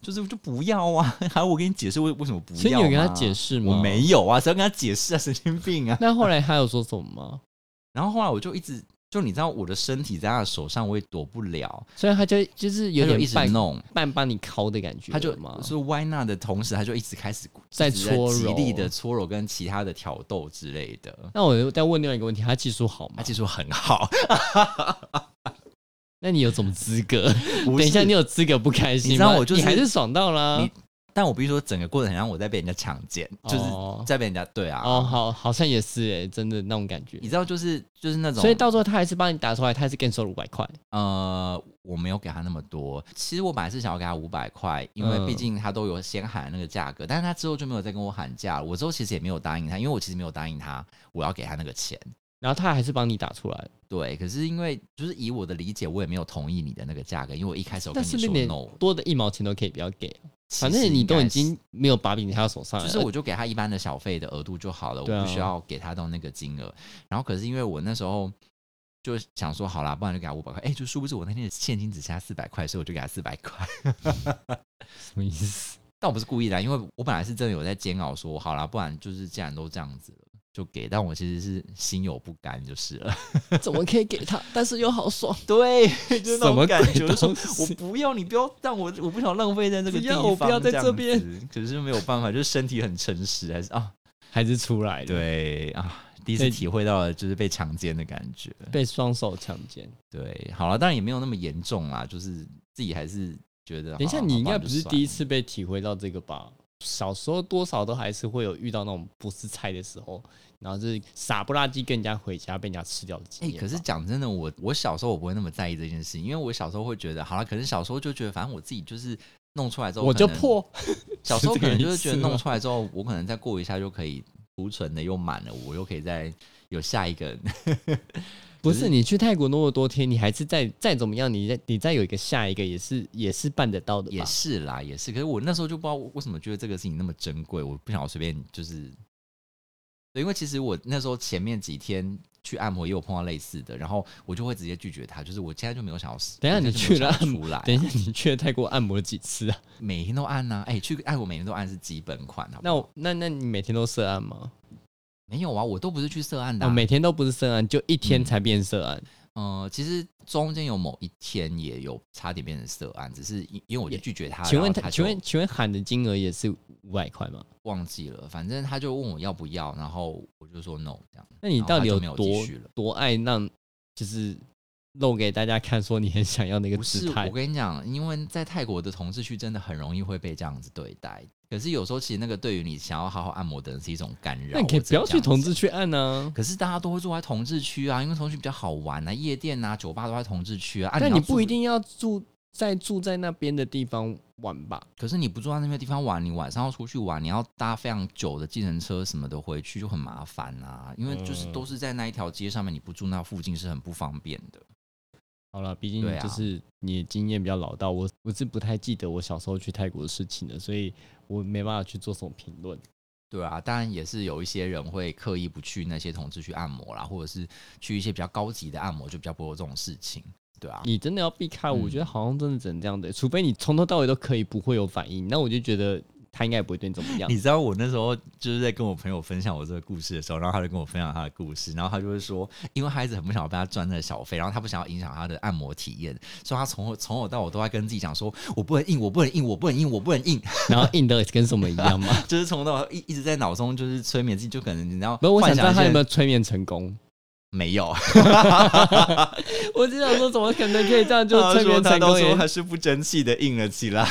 [SPEAKER 1] 就是就不要啊！ 还要我给你解释为为什么不要？
[SPEAKER 2] 所以你有跟他解
[SPEAKER 1] 释？
[SPEAKER 2] 释吗？
[SPEAKER 1] 我没。有啊，谁要跟他解释啊？神经病啊！
[SPEAKER 2] 那后来他有说什么吗？
[SPEAKER 1] 然后后来我就一直就你知道我的身体在他的手上，我也躲不了，
[SPEAKER 2] 所以他就就是有
[SPEAKER 1] 他就一
[SPEAKER 2] 点
[SPEAKER 1] 直
[SPEAKER 2] 半
[SPEAKER 1] 弄。
[SPEAKER 2] 半帮你敲的感觉
[SPEAKER 1] 他就
[SPEAKER 2] 了吗？
[SPEAKER 1] 说 Why not 的同时，他就一直开始
[SPEAKER 2] 在
[SPEAKER 1] 一直
[SPEAKER 2] 搓
[SPEAKER 1] 极力
[SPEAKER 2] 揉
[SPEAKER 1] 的搓揉跟其他的挑逗之类的。
[SPEAKER 2] 那我又再问另外一个问题，他技术好
[SPEAKER 1] 他
[SPEAKER 2] 吗？
[SPEAKER 1] 技术很 好。
[SPEAKER 2] 那你有什么资 格？
[SPEAKER 1] 等
[SPEAKER 2] 等一下，你，有资格不开心吗？
[SPEAKER 1] 你知道我就是
[SPEAKER 2] 你还是爽到啦
[SPEAKER 1] 你。但我必须说，整个过程很像我在被人家强奸，就是
[SPEAKER 2] 哦
[SPEAKER 1] 在被人家对啊。
[SPEAKER 2] 哦，好，好像也是哎，真的那种感觉
[SPEAKER 1] 你。知道，就是就是那种，
[SPEAKER 2] 所以到最后他还是帮你打出来，他还是跟你收了五百块。
[SPEAKER 1] 呃，我没有给他那么多。其实我本来是想要给他五百块，因为
[SPEAKER 2] 嗯
[SPEAKER 1] 毕竟他都有先喊那个价格，但是他之后就没有再跟我喊价了。我之后其实也没有答应他，因为我其实没有答应他我要给他那个钱。
[SPEAKER 2] 然后他还是帮你打出来，
[SPEAKER 1] 对，可是因为就是以我的理解，我也没有同意你的那个价格，因为我一开始有跟
[SPEAKER 2] 但
[SPEAKER 1] 你
[SPEAKER 2] 是
[SPEAKER 1] 说
[SPEAKER 2] 那点
[SPEAKER 1] no，
[SPEAKER 2] 多的一毛钱都可以不要给，
[SPEAKER 1] 其
[SPEAKER 2] 反
[SPEAKER 1] 实
[SPEAKER 2] 正你
[SPEAKER 1] 应
[SPEAKER 2] 都
[SPEAKER 1] 该
[SPEAKER 2] 已
[SPEAKER 1] 是
[SPEAKER 2] 经没有把柄在他手上了。
[SPEAKER 1] 就是我就给他一般的小费的额度就好了，
[SPEAKER 2] 对啊
[SPEAKER 1] 我不需要给他到那个金额。然后可是因为我那时候就想说，好啦，不然就给他五百块。哎、就殊不知我那天的现金只剩下四百块，所以我就给他四百块。
[SPEAKER 2] 什么意思？
[SPEAKER 1] 但我不是故意的啊，因为我本来是真的有在煎熬说，好啦，不然就是既然都这样子了，就给。但我其实是心有不甘就是了。
[SPEAKER 2] 怎么可以给他？但是又好爽。
[SPEAKER 1] 对，就是那
[SPEAKER 2] 什
[SPEAKER 1] 种
[SPEAKER 2] 么
[SPEAKER 1] 感
[SPEAKER 2] 鬼
[SPEAKER 1] 觉，就是说
[SPEAKER 2] 东
[SPEAKER 1] 我
[SPEAKER 2] 西？
[SPEAKER 1] 不要你不要让我，我不想浪费在这个
[SPEAKER 2] 不
[SPEAKER 1] 地
[SPEAKER 2] 要
[SPEAKER 1] 方，
[SPEAKER 2] 我不要在
[SPEAKER 1] 样
[SPEAKER 2] 这边
[SPEAKER 1] 子。可是没有办法，就是身体很诚实，还是啊。
[SPEAKER 2] 还是出来了，
[SPEAKER 1] 对啊，第一次
[SPEAKER 2] 对
[SPEAKER 1] 体会到了就是被强奸的感觉。
[SPEAKER 2] 被双手强奸。
[SPEAKER 1] 对，好了，当然也没有那么严重啦，就是自己还是觉得。
[SPEAKER 2] 等一
[SPEAKER 1] 好
[SPEAKER 2] 下，
[SPEAKER 1] 啦
[SPEAKER 2] 你应该不是第
[SPEAKER 1] 好吧就算了
[SPEAKER 2] 一。次被体会到这个吧？小时候多少都还是会有遇到那种不是菜的时候，然后就是傻不拉几跟人家回家被人家吃掉的
[SPEAKER 1] 哎、
[SPEAKER 2] 经验
[SPEAKER 1] 可
[SPEAKER 2] 吧。
[SPEAKER 1] 是讲真的，我我小时候我不会那么在意这件事情，因为我小时候会觉得，好了，可能小时候就觉得，反正我自己就是弄出来之后，
[SPEAKER 2] 我就。破，
[SPEAKER 1] 小时候
[SPEAKER 2] 是
[SPEAKER 1] 可
[SPEAKER 2] 这
[SPEAKER 1] 能
[SPEAKER 2] 个
[SPEAKER 1] 就是
[SPEAKER 2] 意思
[SPEAKER 1] 觉得
[SPEAKER 2] 吗
[SPEAKER 1] 弄出来 之后，我可能再过一下就可以储存的又满了，我又可以再有下一个。
[SPEAKER 2] 不是你去泰国那么多天，你还是再再怎么样，你再你再有一个下一个也是也是办得到的吧
[SPEAKER 1] 也？是啦，也是。可是我那时候就不知道为什么觉得这个事情那么珍贵，我不想要随便就是。对，因为其实我那时候前面几天去按摩也有碰到类似的，然后我就会直接拒绝他，就是我现在就没有想要。
[SPEAKER 2] 等一下
[SPEAKER 1] 我现在
[SPEAKER 2] 你
[SPEAKER 1] 就
[SPEAKER 2] 去
[SPEAKER 1] 没有想
[SPEAKER 2] 了按
[SPEAKER 1] 要
[SPEAKER 2] 摩
[SPEAKER 1] 出 来啊，
[SPEAKER 2] 等一下你去了泰国按摩几次 啊？
[SPEAKER 1] 每天都按呐、啊，哎、去按我每天都按是基本款，好不
[SPEAKER 2] 那
[SPEAKER 1] 好
[SPEAKER 2] 我那那你每天都涉案吗？
[SPEAKER 1] 没有啊，我都不是去涉案的、
[SPEAKER 2] 我、
[SPEAKER 1] 啊。
[SPEAKER 2] 每天都不是涉案，就一天
[SPEAKER 1] 嗯
[SPEAKER 2] 才变涉案。
[SPEAKER 1] 呃，其实中间有某一天也有差点变成涉案，只是因因为我就
[SPEAKER 2] 也
[SPEAKER 1] 拒绝他，
[SPEAKER 2] 请问
[SPEAKER 1] 然后
[SPEAKER 2] 他，
[SPEAKER 1] 他，
[SPEAKER 2] 请问请问喊的金额也是五百块吗？
[SPEAKER 1] 忘记了，反正他就问我要不要，然后我就说 no 这样。
[SPEAKER 2] 那你
[SPEAKER 1] 然后
[SPEAKER 2] 到
[SPEAKER 1] 他
[SPEAKER 2] 底
[SPEAKER 1] 就
[SPEAKER 2] 有
[SPEAKER 1] 没有
[SPEAKER 2] 多
[SPEAKER 1] 继续了
[SPEAKER 2] 多爱让，就是露给大家看，说你很想要那个
[SPEAKER 1] 不是，
[SPEAKER 2] 姿态
[SPEAKER 1] 我？跟你讲，因为在泰国的同志区真的很容易会被这样子对待。可是有时候其实那个对于你想要好好按摩的人是一种干扰。
[SPEAKER 2] 那你可以
[SPEAKER 1] 我只
[SPEAKER 2] 不要
[SPEAKER 1] 能这
[SPEAKER 2] 去
[SPEAKER 1] 样
[SPEAKER 2] 同
[SPEAKER 1] 讲
[SPEAKER 2] 志。去按啊。
[SPEAKER 1] 可是大家都会住在同志区啊，因为同志区比较好玩啊，夜店啊、酒吧都在同志区啊。啊
[SPEAKER 2] 但
[SPEAKER 1] 你
[SPEAKER 2] 你
[SPEAKER 1] 要住
[SPEAKER 2] 不一，定要住在住在那边的地方玩吧？
[SPEAKER 1] 可是你不住在那边地方玩，你晚上要出去玩，你要搭非常久的计程车什么的回去就很麻烦啊。因为就是
[SPEAKER 2] 嗯
[SPEAKER 1] 都是在那一条街上面，你不住那附近是很不方便的。
[SPEAKER 2] 好了，毕竟
[SPEAKER 1] 对啊
[SPEAKER 2] 就是你的经验比较老道，我我是不太记得我小时候去泰国的事情了，所以我没办法去做什么评论。
[SPEAKER 1] 对啊，当然也是有一些人会刻意不去那些同志去按摩啦，或者是去一些比较高级的按摩，就比较不会有这种事情。对啊，
[SPEAKER 2] 你真的要避开，我
[SPEAKER 1] 嗯
[SPEAKER 2] 觉得好像真的只能这样的、欸除非你从头到尾都可以不会有反应，那我就觉得他应该也不会对你怎么样。
[SPEAKER 1] 你知道我那时候就是在跟我朋友分享我这个故事的时候，然后他就跟我分享他的故事，然后他就会说，因为他一直很不想要被他赚那个小费，然后他不想要影响他的按摩体验，所以他从头从头到尾都在跟自己讲说，我不能硬，我不能硬，我不能硬，我不能硬，
[SPEAKER 2] 然后硬的跟什么一样吗？
[SPEAKER 1] 就是从头到尾一一直在脑中就是催眠自己，就可能你知道，
[SPEAKER 2] 不是，我想知道他有没
[SPEAKER 1] 有
[SPEAKER 2] 有催眠成功。
[SPEAKER 1] 没有，
[SPEAKER 2] 我只想说，怎么可能可以这样就催眠
[SPEAKER 1] 他
[SPEAKER 2] 成
[SPEAKER 1] 都
[SPEAKER 2] 功
[SPEAKER 1] 说
[SPEAKER 2] 也？
[SPEAKER 1] 他是不争气的硬了起来。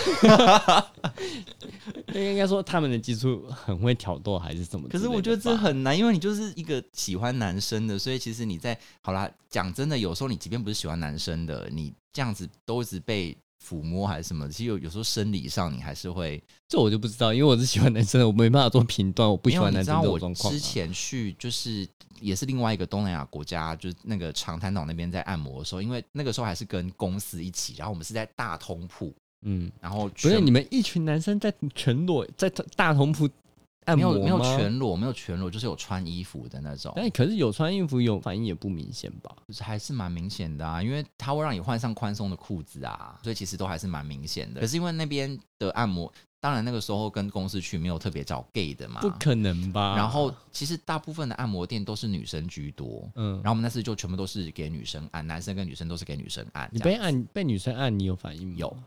[SPEAKER 2] 应该说他们的技术很会挑逗，还是怎么之
[SPEAKER 1] 可
[SPEAKER 2] 类
[SPEAKER 1] 是
[SPEAKER 2] 的吧？
[SPEAKER 1] 我觉得这很难，因为你就是一个喜欢男生的，所以其实你在好啦，讲真的，有时候你即便不是喜欢男生的，你这样子都一直被抚摸还是什么，其实有有时候生理上你还是会。
[SPEAKER 2] 这我就不知道，因为我是喜欢男生的，我没办法做评断，我不喜
[SPEAKER 1] 因为
[SPEAKER 2] 欢
[SPEAKER 1] 你
[SPEAKER 2] 男
[SPEAKER 1] 知
[SPEAKER 2] 生
[SPEAKER 1] 道
[SPEAKER 2] 这种
[SPEAKER 1] 我
[SPEAKER 2] 状况啊。
[SPEAKER 1] 之前去就是也是另外一个东南亚国家，就是那个长滩岛那边在按摩的时候，因为那个时候还是跟公司一起，然后我们是在大通铺，
[SPEAKER 2] 嗯，
[SPEAKER 1] 然后
[SPEAKER 2] 不是
[SPEAKER 1] 全
[SPEAKER 2] 你们一群男生在全裸在大同铺按
[SPEAKER 1] 没
[SPEAKER 2] 摩
[SPEAKER 1] 有没有
[SPEAKER 2] 吗
[SPEAKER 1] 全裸，没有全裸，就是有穿衣服的那种。
[SPEAKER 2] 但哎可是有穿衣服有反应也不明显吧？
[SPEAKER 1] 就是还是蛮明显的啊，因为它会让你换上宽松的裤子啊，所以其实都还是蛮明显的。可是因为那边的按摩，当然那个时候跟公司去没有特别找 gay 的嘛
[SPEAKER 2] 不，可能吧？
[SPEAKER 1] 然后其实大部分的按摩店都是女生居多，
[SPEAKER 2] 嗯，
[SPEAKER 1] 然后我们那次就全部都是给女生按，男生跟女生都是给女生按，
[SPEAKER 2] 你
[SPEAKER 1] 这
[SPEAKER 2] 被
[SPEAKER 1] 样
[SPEAKER 2] 按被女生按，你有反应吗？
[SPEAKER 1] 有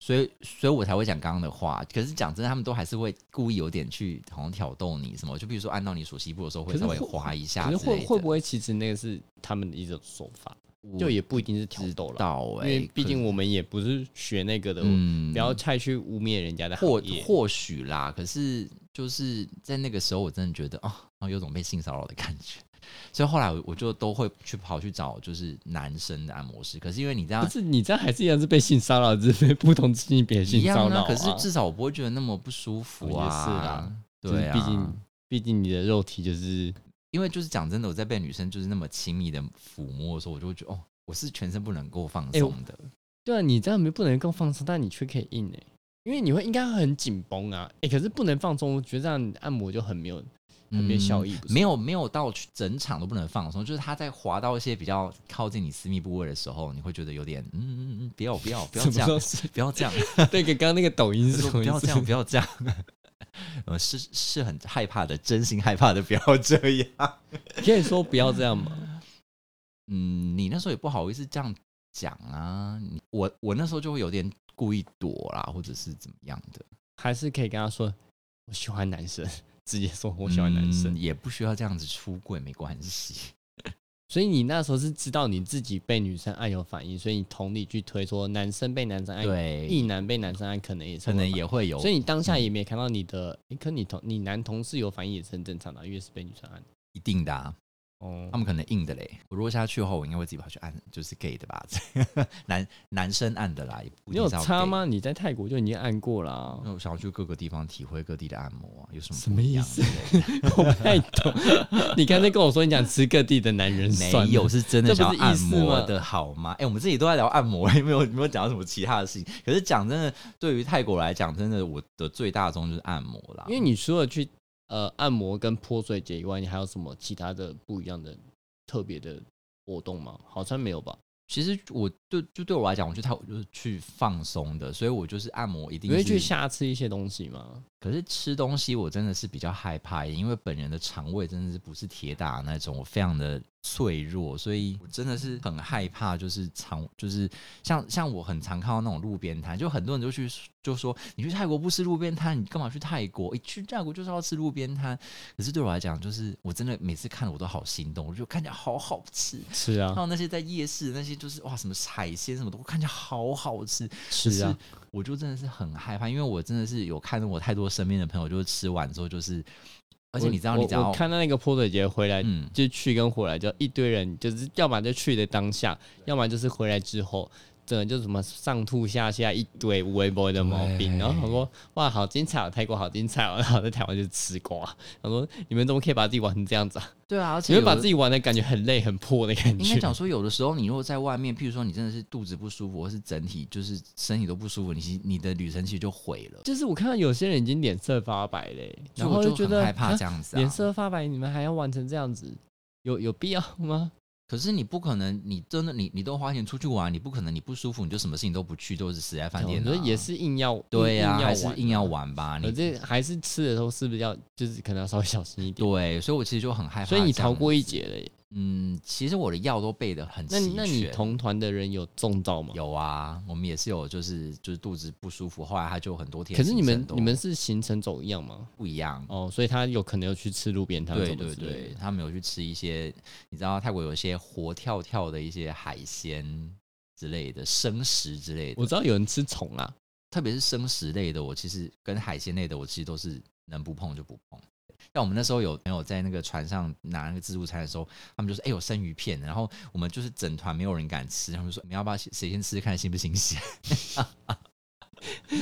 [SPEAKER 1] 所以所以我才会讲刚刚的话。可是讲真的，他们都还是会故意有点去好像挑逗你什么，就比如说按到你所西部的时候会
[SPEAKER 2] 可是
[SPEAKER 1] 稍微
[SPEAKER 2] 会
[SPEAKER 1] 滑一下
[SPEAKER 2] 可
[SPEAKER 1] 之
[SPEAKER 2] 是
[SPEAKER 1] 类的，
[SPEAKER 2] 会会不会其实那个是他们的一种手法，
[SPEAKER 1] 我
[SPEAKER 2] 就也不一定是挑
[SPEAKER 1] 知
[SPEAKER 2] 逗了，
[SPEAKER 1] 道哎、
[SPEAKER 2] 因为毕
[SPEAKER 1] 可
[SPEAKER 2] 竟我们也不是学那个的，
[SPEAKER 1] 嗯
[SPEAKER 2] 不要太去污蔑人家的
[SPEAKER 1] 或
[SPEAKER 2] 行业。
[SPEAKER 1] 或许啦，可是就是在那个时候，我真的觉得啊，然后有种被性骚扰的感觉，所以后来我我就都会去跑去找就是男生的按摩师。可是因为你这样
[SPEAKER 2] 不是你这样还是一样是被性骚扰，只是被不同性别
[SPEAKER 1] 一
[SPEAKER 2] 性
[SPEAKER 1] 样
[SPEAKER 2] 骚扰、
[SPEAKER 1] 啊，可是至少我不会觉得那么不舒服
[SPEAKER 2] 哦
[SPEAKER 1] 啊。
[SPEAKER 2] 也是啦，就是
[SPEAKER 1] 对啊，
[SPEAKER 2] 毕竟毕竟你的肉体就是
[SPEAKER 1] 因为就是讲真的，我在被女生就是那么亲密的抚摸的时候，我就会觉得哦，我是全身不能够放
[SPEAKER 2] 哎我
[SPEAKER 1] 松的。
[SPEAKER 2] 对啊，你这样没不能够放松，但你却可以硬哎、因为你会应该会很紧绷啊，哎、可是不能放松，我觉得这样按摩就很没有很嗯没有
[SPEAKER 1] 嗯
[SPEAKER 2] 效益，不是
[SPEAKER 1] 没有没有到整场都不能放松，就是他在滑到一些比较靠近你私密部位的时候，你会觉得有点嗯嗯嗯，不要不要不要
[SPEAKER 2] 什
[SPEAKER 1] 这
[SPEAKER 2] 么
[SPEAKER 1] 样
[SPEAKER 2] 时，候是？
[SPEAKER 1] 不要这样，
[SPEAKER 2] 对，跟刚刚那个抖音
[SPEAKER 1] 就是说
[SPEAKER 2] 什么
[SPEAKER 1] 不
[SPEAKER 2] 意
[SPEAKER 1] 要
[SPEAKER 2] 思
[SPEAKER 1] 这样，不要这样。呃，是是很害怕的，真心害怕的，不要这样。
[SPEAKER 2] 可以说不要这样吗？
[SPEAKER 1] 嗯，你那时候也不好意思这样讲啊。你我我那时候就会有点故意躲啦，或者是怎么样的。
[SPEAKER 2] 还是可以跟他说我喜欢男生， 直接说我喜欢男生。
[SPEAKER 1] 嗯也不需要这样子出柜，没关系。
[SPEAKER 2] 所以你那时候是知道你自己被女生爱有反应，所以你同理去推说男生被男生爱，
[SPEAKER 1] 对，
[SPEAKER 2] 异男被男生爱可能也是
[SPEAKER 1] 可
[SPEAKER 2] 会
[SPEAKER 1] 能
[SPEAKER 2] 吧
[SPEAKER 1] 也会有
[SPEAKER 2] 所以你当下也没看到你的，诶可你同你男同事有反应也是很正常的啊，因为是被女生按。
[SPEAKER 1] 一定的、啊。
[SPEAKER 2] 哦
[SPEAKER 1] 他，们可能硬的嘞。我如果下去的话，我应该会自己跑去按，就是 gay 的吧， 这个男男生按的啦，也不一
[SPEAKER 2] 你
[SPEAKER 1] 定
[SPEAKER 2] 有
[SPEAKER 1] 是要
[SPEAKER 2] 擦
[SPEAKER 1] gay？
[SPEAKER 2] 吗？你在泰国就已经按过啦、啊
[SPEAKER 1] 因为我想要去各个地方体会各地的按摩啊，有什么
[SPEAKER 2] 什
[SPEAKER 1] 不
[SPEAKER 2] 么
[SPEAKER 1] 一
[SPEAKER 2] 意
[SPEAKER 1] 样
[SPEAKER 2] 思
[SPEAKER 1] 之 类的
[SPEAKER 2] 我不太懂。 你刚才跟我说你想吃各地的男人算
[SPEAKER 1] 没有，
[SPEAKER 2] 了，
[SPEAKER 1] 是真的
[SPEAKER 2] 这不
[SPEAKER 1] 想
[SPEAKER 2] 是
[SPEAKER 1] 要按
[SPEAKER 2] 意思
[SPEAKER 1] 摩
[SPEAKER 2] 吗
[SPEAKER 1] 的好吗？哎、我们自己都在聊按摩， 也没有没有讲到什么其他的事情。可是讲真的，对于泰国来讲，真的我的最大宗就是按摩啦。
[SPEAKER 2] 因为你除了去呃按摩跟泼水节以外，你还有什么其他的不一样的特别的活动吗？好像没有吧？
[SPEAKER 1] 其实我对就对我来讲，我去泰国就是去放松的，所以我就是按摩一定
[SPEAKER 2] 你会去
[SPEAKER 1] 是
[SPEAKER 2] 瞎吃一些东西吗？
[SPEAKER 1] 可是吃东西我真的是比较害怕，因为本人的肠胃真的是不是铁打那种，我非常的脆弱，所以我真的是很害怕，就是肠就是像像我很常看到那种路边摊，就很多人就去就说你去泰国不吃路边摊，你干嘛去泰国？一去泰国就是要吃路边摊。可是对我来讲，就是我真的每次看了我都好心动，我就看起来好好 吃。
[SPEAKER 2] 吃
[SPEAKER 1] 还
[SPEAKER 2] 啊，
[SPEAKER 1] 有那些在夜市的那些，就是哇，什么海鲜什么的，我看起来好好吃，
[SPEAKER 2] 吃啊！，
[SPEAKER 1] 我就真的是很害怕，因为我真的是有看到我太多身边的朋友，就是吃完之后就是，而且你知道，
[SPEAKER 2] 我
[SPEAKER 1] 你只要
[SPEAKER 2] 我看到那个泼水节回来，
[SPEAKER 1] 嗯，
[SPEAKER 2] 就去跟回来，就一堆人，就是要么就去的当下，要么就是回来之后，真的就什么上吐下泻啊一堆无微博的毛病。
[SPEAKER 1] 对
[SPEAKER 2] 然后我说哇，好精彩、哦，泰国好精彩、哦，然后在台湾就吃瓜。他说你们怎么可以把自己玩成这样子啊？
[SPEAKER 1] 对啊，而
[SPEAKER 2] 你
[SPEAKER 1] 且
[SPEAKER 2] 们把
[SPEAKER 1] 有的
[SPEAKER 2] 自己玩的感觉很累很破的感
[SPEAKER 1] 应该
[SPEAKER 2] 觉。
[SPEAKER 1] 讲说，有的时候你如果在外面，譬如说你真的是肚子不舒服，或是整体就是身体都不舒服，你其实你的旅程其实就毁了。
[SPEAKER 2] 就是我看到有些人已经脸色发白嘞、
[SPEAKER 1] 所以
[SPEAKER 2] 然
[SPEAKER 1] 我
[SPEAKER 2] 后
[SPEAKER 1] 就
[SPEAKER 2] 觉
[SPEAKER 1] 很
[SPEAKER 2] 得
[SPEAKER 1] 害怕
[SPEAKER 2] 啊
[SPEAKER 1] 这样子、啊。
[SPEAKER 2] 脸色发白，你们还要玩成这样子，有有必要吗？
[SPEAKER 1] 可是你不可能，你真的你你都花钱出去玩，你不可能你不舒服你就什么事情都不去，都是死在饭店、
[SPEAKER 2] 我
[SPEAKER 1] 啊。
[SPEAKER 2] 觉得也是硬要
[SPEAKER 1] 对呀、
[SPEAKER 2] 硬要
[SPEAKER 1] 还是
[SPEAKER 2] 玩
[SPEAKER 1] 硬
[SPEAKER 2] 啊
[SPEAKER 1] 要玩吧？
[SPEAKER 2] 我
[SPEAKER 1] 你
[SPEAKER 2] 这还是吃的时候是不是要就是可能要稍微小心一点？
[SPEAKER 1] 对，所以我其实就很害怕这
[SPEAKER 2] 所
[SPEAKER 1] 样。
[SPEAKER 2] 以你逃过一劫了耶。
[SPEAKER 1] 嗯，其实我的药都备的很齐
[SPEAKER 2] 那
[SPEAKER 1] 全。
[SPEAKER 2] 你那你同团的人有中招吗？。
[SPEAKER 1] 有啊，我们也是有，就是就是肚子不舒服，后来他就很多天
[SPEAKER 2] 可
[SPEAKER 1] 行
[SPEAKER 2] 是
[SPEAKER 1] 程
[SPEAKER 2] 你
[SPEAKER 1] 都。
[SPEAKER 2] 们你们是行程走一样吗？
[SPEAKER 1] 不一样。
[SPEAKER 2] 哦，所以他有可能有去吃路边摊
[SPEAKER 1] 对
[SPEAKER 2] 什么
[SPEAKER 1] 对
[SPEAKER 2] 之类的
[SPEAKER 1] 对，。他们有去吃一些，你知道泰国有一些活跳跳的一些海鲜之类的生食之类
[SPEAKER 2] 我
[SPEAKER 1] 的，
[SPEAKER 2] 知道有人吃虫啊啦，
[SPEAKER 1] 特别是生食类的，我其实跟海鲜类的，我其实都是能不碰就不碰。但我们那时候有朋友在那个船上拿那个自助餐的时候，他们就说：“哎、有生鱼片。”然后我们就是整团没有人敢吃，他们就说：“你要不要先谁先吃吃看新不新鲜？”。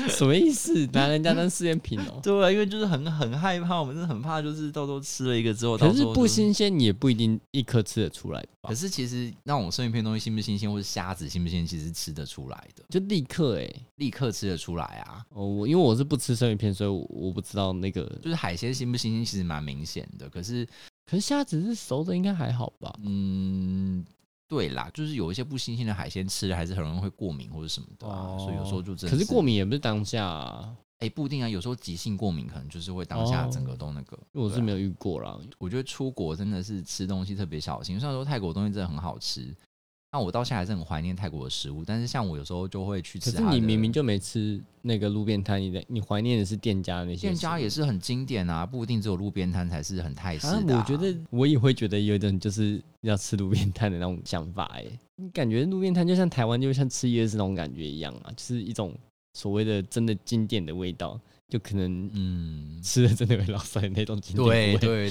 [SPEAKER 2] 什么意思？拿人家当试验品哦
[SPEAKER 1] 对啊，因为就是很很害怕，我们是很怕，就是到时候吃了一个之后，
[SPEAKER 2] 可
[SPEAKER 1] 到时
[SPEAKER 2] 是
[SPEAKER 1] 候
[SPEAKER 2] 不
[SPEAKER 1] 就是。
[SPEAKER 2] 新鲜，你也不一定一颗吃得出来吧
[SPEAKER 1] 可？是其实那种生鱼片东西新不新鲜，或者虾子新不新鲜，其实是吃得出来的，
[SPEAKER 2] 就立刻哎、
[SPEAKER 1] 立刻吃得出来啊。
[SPEAKER 2] 哦，我因为我是不吃生鱼片，所以我我不知道那个。
[SPEAKER 1] 就是海鲜新不新鲜，其实蛮明显的。可是，
[SPEAKER 2] 可是虾子是熟的，应该还好吧？
[SPEAKER 1] 嗯，对啦，就是有一些不新鲜的海鲜吃了，还是很容易会过敏或者什么的、啊。所以有时候就真的
[SPEAKER 2] 哦可是
[SPEAKER 1] 是
[SPEAKER 2] 过，敏也不是当下、啊，
[SPEAKER 1] 哎、不一定啊。有时候急性过敏可能就是会当下整个都那个。
[SPEAKER 2] 因为我
[SPEAKER 1] 对
[SPEAKER 2] 哦是
[SPEAKER 1] 啊
[SPEAKER 2] 没有遇过啦。
[SPEAKER 1] 我觉得出国真的是吃东西特别小心。虽然说泰国东西真的很好吃，那我到现在还是很怀念泰国的食物。但是像我有时候就会去
[SPEAKER 2] 可
[SPEAKER 1] 吃
[SPEAKER 2] 是
[SPEAKER 1] 它的，
[SPEAKER 2] 你明明就没吃那个路边摊，你的你怀念的是店家的那些
[SPEAKER 1] 店家也
[SPEAKER 2] 是
[SPEAKER 1] 是很经典啊，不一定只有路边摊才是很泰式
[SPEAKER 2] 啊，
[SPEAKER 1] 的啊、
[SPEAKER 2] 我觉得我也会觉得有一种就是要吃路边摊的那种想法哎、你感觉路边摊就像台湾就像吃夜市那种感觉一样啊，就是一种所谓的真的经典的味道，就可能
[SPEAKER 1] 嗯，
[SPEAKER 2] 吃的真的会老塞的那种经典的
[SPEAKER 1] 对
[SPEAKER 2] 味道。
[SPEAKER 1] 对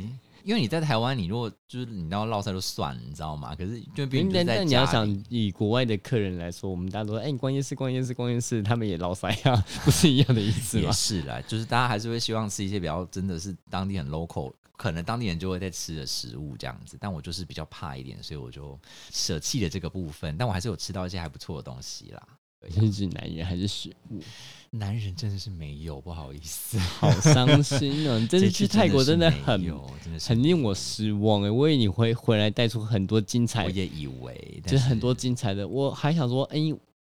[SPEAKER 1] 对。因为你在台湾，你如果就是你到落赛都算了，你知道吗？可是就毕竟
[SPEAKER 2] 因
[SPEAKER 1] 就
[SPEAKER 2] 为
[SPEAKER 1] 是
[SPEAKER 2] 但
[SPEAKER 1] 在
[SPEAKER 2] 但你要
[SPEAKER 1] 家
[SPEAKER 2] 想
[SPEAKER 1] 里，
[SPEAKER 2] 以国外的客人来说，我们大家都说，哎、你逛夜市，逛夜市，逛夜市，他们也老塞啊，不是一样的意思
[SPEAKER 1] 也
[SPEAKER 2] 吗？
[SPEAKER 1] 是啦，就是大家还是会希望吃一些比较真的是当地很 local，可能当地人就会在吃的食物这样子。但我就是比较怕一点，所以我就舍弃了这个部分。但我还是有吃到一些还不错的东西啦。
[SPEAKER 2] 是指男人还是食物？
[SPEAKER 1] 男人真的是没有，不好意思，
[SPEAKER 2] 好伤心哦！你这 次
[SPEAKER 1] 这
[SPEAKER 2] 去
[SPEAKER 1] 次
[SPEAKER 2] 泰国
[SPEAKER 1] 真
[SPEAKER 2] 真
[SPEAKER 1] 的
[SPEAKER 2] 的
[SPEAKER 1] 是没
[SPEAKER 2] 很
[SPEAKER 1] 有，真的是
[SPEAKER 2] 很令我失望哎，我以为你会回来带出很多精彩
[SPEAKER 1] 我，也以为，但
[SPEAKER 2] 就是很多精彩的。我还想说，哎、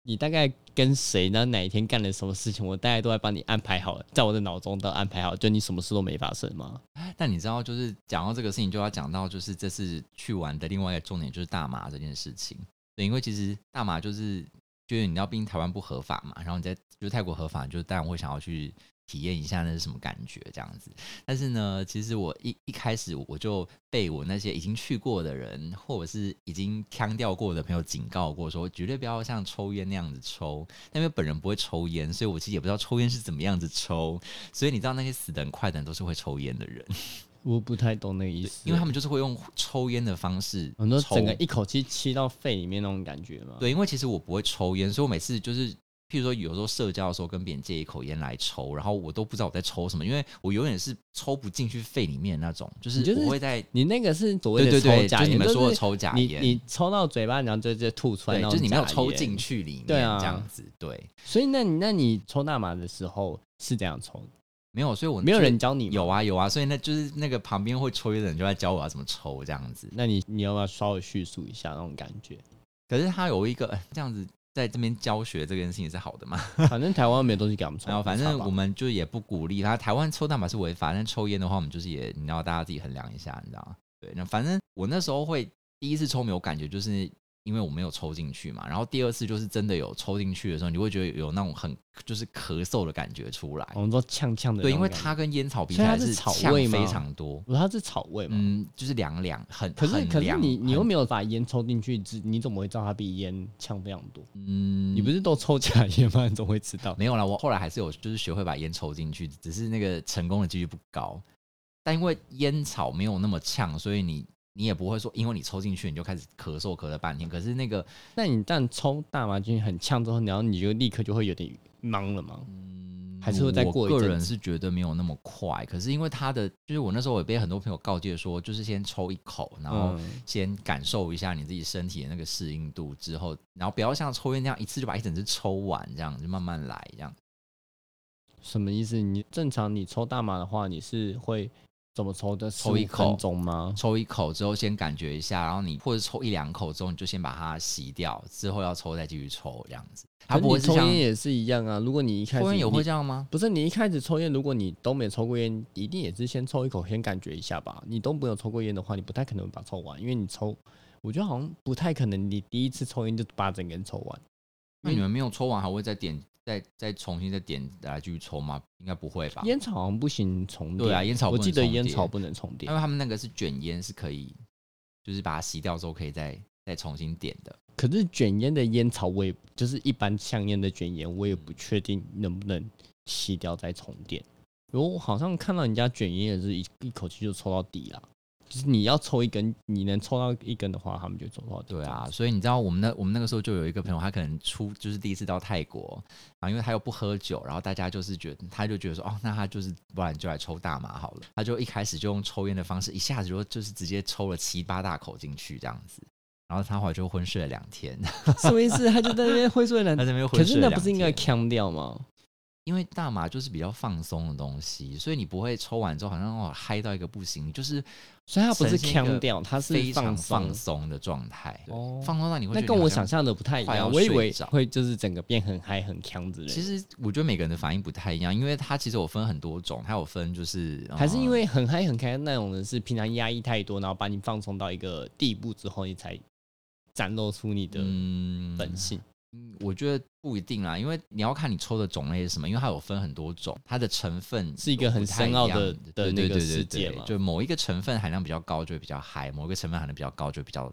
[SPEAKER 2] 你大概跟谁呢？哪一天干了什么事情？我大概都在帮你安排好了，在我的脑中都安排好，就你什么事都没发生吗？
[SPEAKER 1] 但你知道，就是讲到这个事情，就要讲到就是这次去玩的另外一个重点就是大麻这件事情。对，因为其实大麻就是就是你知道，毕竟台湾不合法嘛，然后你在就是泰国合法，就当然会想要去体验一下那是什么感觉这样子。但是呢，其实我一一开始我就被我那些已经去过的人，或者是已经腔调过的朋友警告过说，绝对不要像抽烟那样子抽。但因为本人不会抽烟，所以我其实也不知道抽烟是怎么样子抽。所以你知道那些死的很快的人都是会抽烟的人。
[SPEAKER 2] 我不太懂那个意思，
[SPEAKER 1] 因为他们就是会用抽烟的方式
[SPEAKER 2] 很多
[SPEAKER 1] 抽
[SPEAKER 2] 哦整个一口气吸到肺里面那种感觉嘛。
[SPEAKER 1] 对，因为其实我不会抽烟，所以我每次就是，譬如说有时候社交的时候跟别人借一口烟来抽，然后我都不知道我在抽什么，因为我永远是抽不进去肺里面那种，就
[SPEAKER 2] 你
[SPEAKER 1] 是
[SPEAKER 2] 就是
[SPEAKER 1] 我会在
[SPEAKER 2] 你那个是所谓
[SPEAKER 1] 对
[SPEAKER 2] 的
[SPEAKER 1] 对
[SPEAKER 2] 抽
[SPEAKER 1] 对，
[SPEAKER 2] 假
[SPEAKER 1] 就是
[SPEAKER 2] 烟，
[SPEAKER 1] 你们说的
[SPEAKER 2] 是
[SPEAKER 1] 抽假
[SPEAKER 2] 你
[SPEAKER 1] 烟，
[SPEAKER 2] 你抽到嘴巴，然后就直接吐出来
[SPEAKER 1] 对，
[SPEAKER 2] 那
[SPEAKER 1] 就
[SPEAKER 2] 种，
[SPEAKER 1] 是你没有抽进。去里面，
[SPEAKER 2] 对啊
[SPEAKER 1] 这样子对，
[SPEAKER 2] 所以那你那你抽大麻的时候是这样抽的，
[SPEAKER 1] 没有，所以我
[SPEAKER 2] 没有
[SPEAKER 1] 就是
[SPEAKER 2] 人教你吗
[SPEAKER 1] 有。啊有啊，所以那就是那个旁边会抽烟的人就在教我要怎么抽这样子。
[SPEAKER 2] 那你你要不要稍微叙述一下那种感觉？
[SPEAKER 1] 可是他有一个呃这样子在这边教学这件事情是好的嘛？
[SPEAKER 2] 反正台 湾没有东西给我们抽，
[SPEAKER 1] 然后反正我
[SPEAKER 2] 们
[SPEAKER 1] 们就也不鼓励他。台湾抽大麻是违法，但抽烟的话，我们就是也你知道大家自己衡量一下，你知道吗？对，那反正我那时候会第一次抽没有感觉，就是因为我没有抽进去嘛。然后第二次就是真的有抽进去的时候，你会觉得有那种很就是咳嗽的感觉出来。
[SPEAKER 2] 我们说呛呛哦的那种感觉，
[SPEAKER 1] 对，因为它跟烟草比起
[SPEAKER 2] 所以它
[SPEAKER 1] 来
[SPEAKER 2] 是草
[SPEAKER 1] 呛
[SPEAKER 2] 味吗
[SPEAKER 1] 非常多。
[SPEAKER 2] 不是它是草味嘛。
[SPEAKER 1] 嗯，就是凉凉，很
[SPEAKER 2] 可是
[SPEAKER 1] 很
[SPEAKER 2] 可是
[SPEAKER 1] 凉
[SPEAKER 2] 你你又
[SPEAKER 1] 很
[SPEAKER 2] 没有把烟抽进去，只你怎么会知道它比烟呛非常多？
[SPEAKER 1] 嗯，
[SPEAKER 2] 你不是都抽假烟吗？你怎么会知道？
[SPEAKER 1] 没有啦，我后来还是有就是学会把烟抽进去，只是那个成功的几率不高。但因为烟草没有那么呛，所以你你也不会说，因为你抽进去你就开始咳嗽咳了半天。可是那个
[SPEAKER 2] 那你但抽大麻进去很呛之后，然后你就立刻就会有点懵了吗？还是会再过
[SPEAKER 1] 嗯
[SPEAKER 2] 一
[SPEAKER 1] 我个
[SPEAKER 2] 阵
[SPEAKER 1] 人
[SPEAKER 2] 子
[SPEAKER 1] 是觉得没有那么快。可是因为他的，就是我那时候也被很多朋友告诫说，就是先抽一口，然后
[SPEAKER 2] 嗯
[SPEAKER 1] 先感受一下你自己身体的那个适应度之后，然后不要像抽烟那样一次就把一整支抽完，这样就慢慢来这样。
[SPEAKER 2] 什么意思？你正常你抽大麻的话，你是会怎么抽的？
[SPEAKER 1] 抽一
[SPEAKER 2] 15
[SPEAKER 1] 口
[SPEAKER 2] 分钟吗？
[SPEAKER 1] 抽一口之后先感觉一下，然后你或者抽一两口之后，你就先把它洗掉，之后要抽再继续抽这样子。它
[SPEAKER 2] 可是
[SPEAKER 1] 不会
[SPEAKER 2] 你
[SPEAKER 1] 是
[SPEAKER 2] 抽
[SPEAKER 1] 像
[SPEAKER 2] 烟也是一样啊。如果你一开始嗯
[SPEAKER 1] 抽烟也会
[SPEAKER 2] 你
[SPEAKER 1] 这样吗？
[SPEAKER 2] 不是你一开始抽烟，如果你都没有抽过烟，一定也是先抽一口，先感觉一下吧。你都没有抽过烟的话，你不太可能把它抽完，因为你抽，我觉得好像不太可能，你第一次抽烟就把整根抽完。
[SPEAKER 1] 那你们没有抽完还会再点再再重新再点来继续抽吗？应该不会吧？
[SPEAKER 2] 烟草好像不行重叠，
[SPEAKER 1] 对啊烟草不
[SPEAKER 2] 我
[SPEAKER 1] 能
[SPEAKER 2] 记得
[SPEAKER 1] 重
[SPEAKER 2] 烟
[SPEAKER 1] 叠
[SPEAKER 2] 草不能重叠
[SPEAKER 1] 因。为他们那个是卷烟，是可以就是把它洗掉之后可以再再重新点的。
[SPEAKER 2] 可是卷烟的烟草味，就是一般香烟的卷烟，我也不确定能不能吸掉再重点。我好像看到人家卷烟也是一一口气就抽到底了，就是你要抽一根，你能抽到一根的话，他们就抽到底。
[SPEAKER 1] 对啊，，所以你知道我们那我们那个时候就有一个朋友，他可能出就是第一次到泰国，然后因为他又不喝酒，然后大家就是觉得他就觉得说哦，那他就是不然就来抽大麻好了，他就一开始就用抽烟的方式，一下子就就是直接抽了七八大口进去这样子，然后他后来就昏睡了两天，
[SPEAKER 2] 什么意思？他就在那边灰睡
[SPEAKER 1] 他这
[SPEAKER 2] 男，
[SPEAKER 1] 边又
[SPEAKER 2] 可
[SPEAKER 1] 昏
[SPEAKER 2] 是
[SPEAKER 1] 睡了
[SPEAKER 2] 那
[SPEAKER 1] 两
[SPEAKER 2] 不是应该
[SPEAKER 1] 天
[SPEAKER 2] 腔掉吗？
[SPEAKER 1] 因为大麻就是比较放松的东西，所以你不会抽完之后好像哦嗨到一个不行，就是
[SPEAKER 2] 所以他不
[SPEAKER 1] 呈
[SPEAKER 2] 是
[SPEAKER 1] 现一个
[SPEAKER 2] 腔掉，他是
[SPEAKER 1] 非常
[SPEAKER 2] 放
[SPEAKER 1] 放
[SPEAKER 2] 松。
[SPEAKER 1] 松的状态，对
[SPEAKER 2] 哦
[SPEAKER 1] 放松到你会
[SPEAKER 2] 那
[SPEAKER 1] 觉得
[SPEAKER 2] 跟
[SPEAKER 1] 你
[SPEAKER 2] 我
[SPEAKER 1] 好像
[SPEAKER 2] 想象的不太一
[SPEAKER 1] 快要
[SPEAKER 2] 样，我以
[SPEAKER 1] 睡
[SPEAKER 2] 为
[SPEAKER 1] 着
[SPEAKER 2] 会就是整个变很嗨、很腔之类的。
[SPEAKER 1] 其实我觉得每个人的反应不太一样，因为它其实有分很多种，它有分就是、呃
[SPEAKER 2] 还是因为很嗨很开那种人，是平常压抑太多，然后把你放松到一个地步之后，你才展露出你的
[SPEAKER 1] 嗯
[SPEAKER 2] 本性。
[SPEAKER 1] 我觉得不一定啦，因为你要看你抽的种类是什么，因为它有分很多种，它的成分
[SPEAKER 2] 是一个很
[SPEAKER 1] 不太
[SPEAKER 2] 深奥
[SPEAKER 1] 一样
[SPEAKER 2] 的的
[SPEAKER 1] 对
[SPEAKER 2] 那
[SPEAKER 1] 对
[SPEAKER 2] 个
[SPEAKER 1] 对对
[SPEAKER 2] 世界
[SPEAKER 1] 对
[SPEAKER 2] 嘛
[SPEAKER 1] 就某一个成分含量比较高就会比较嗨，某一个成分含量比较高就会比较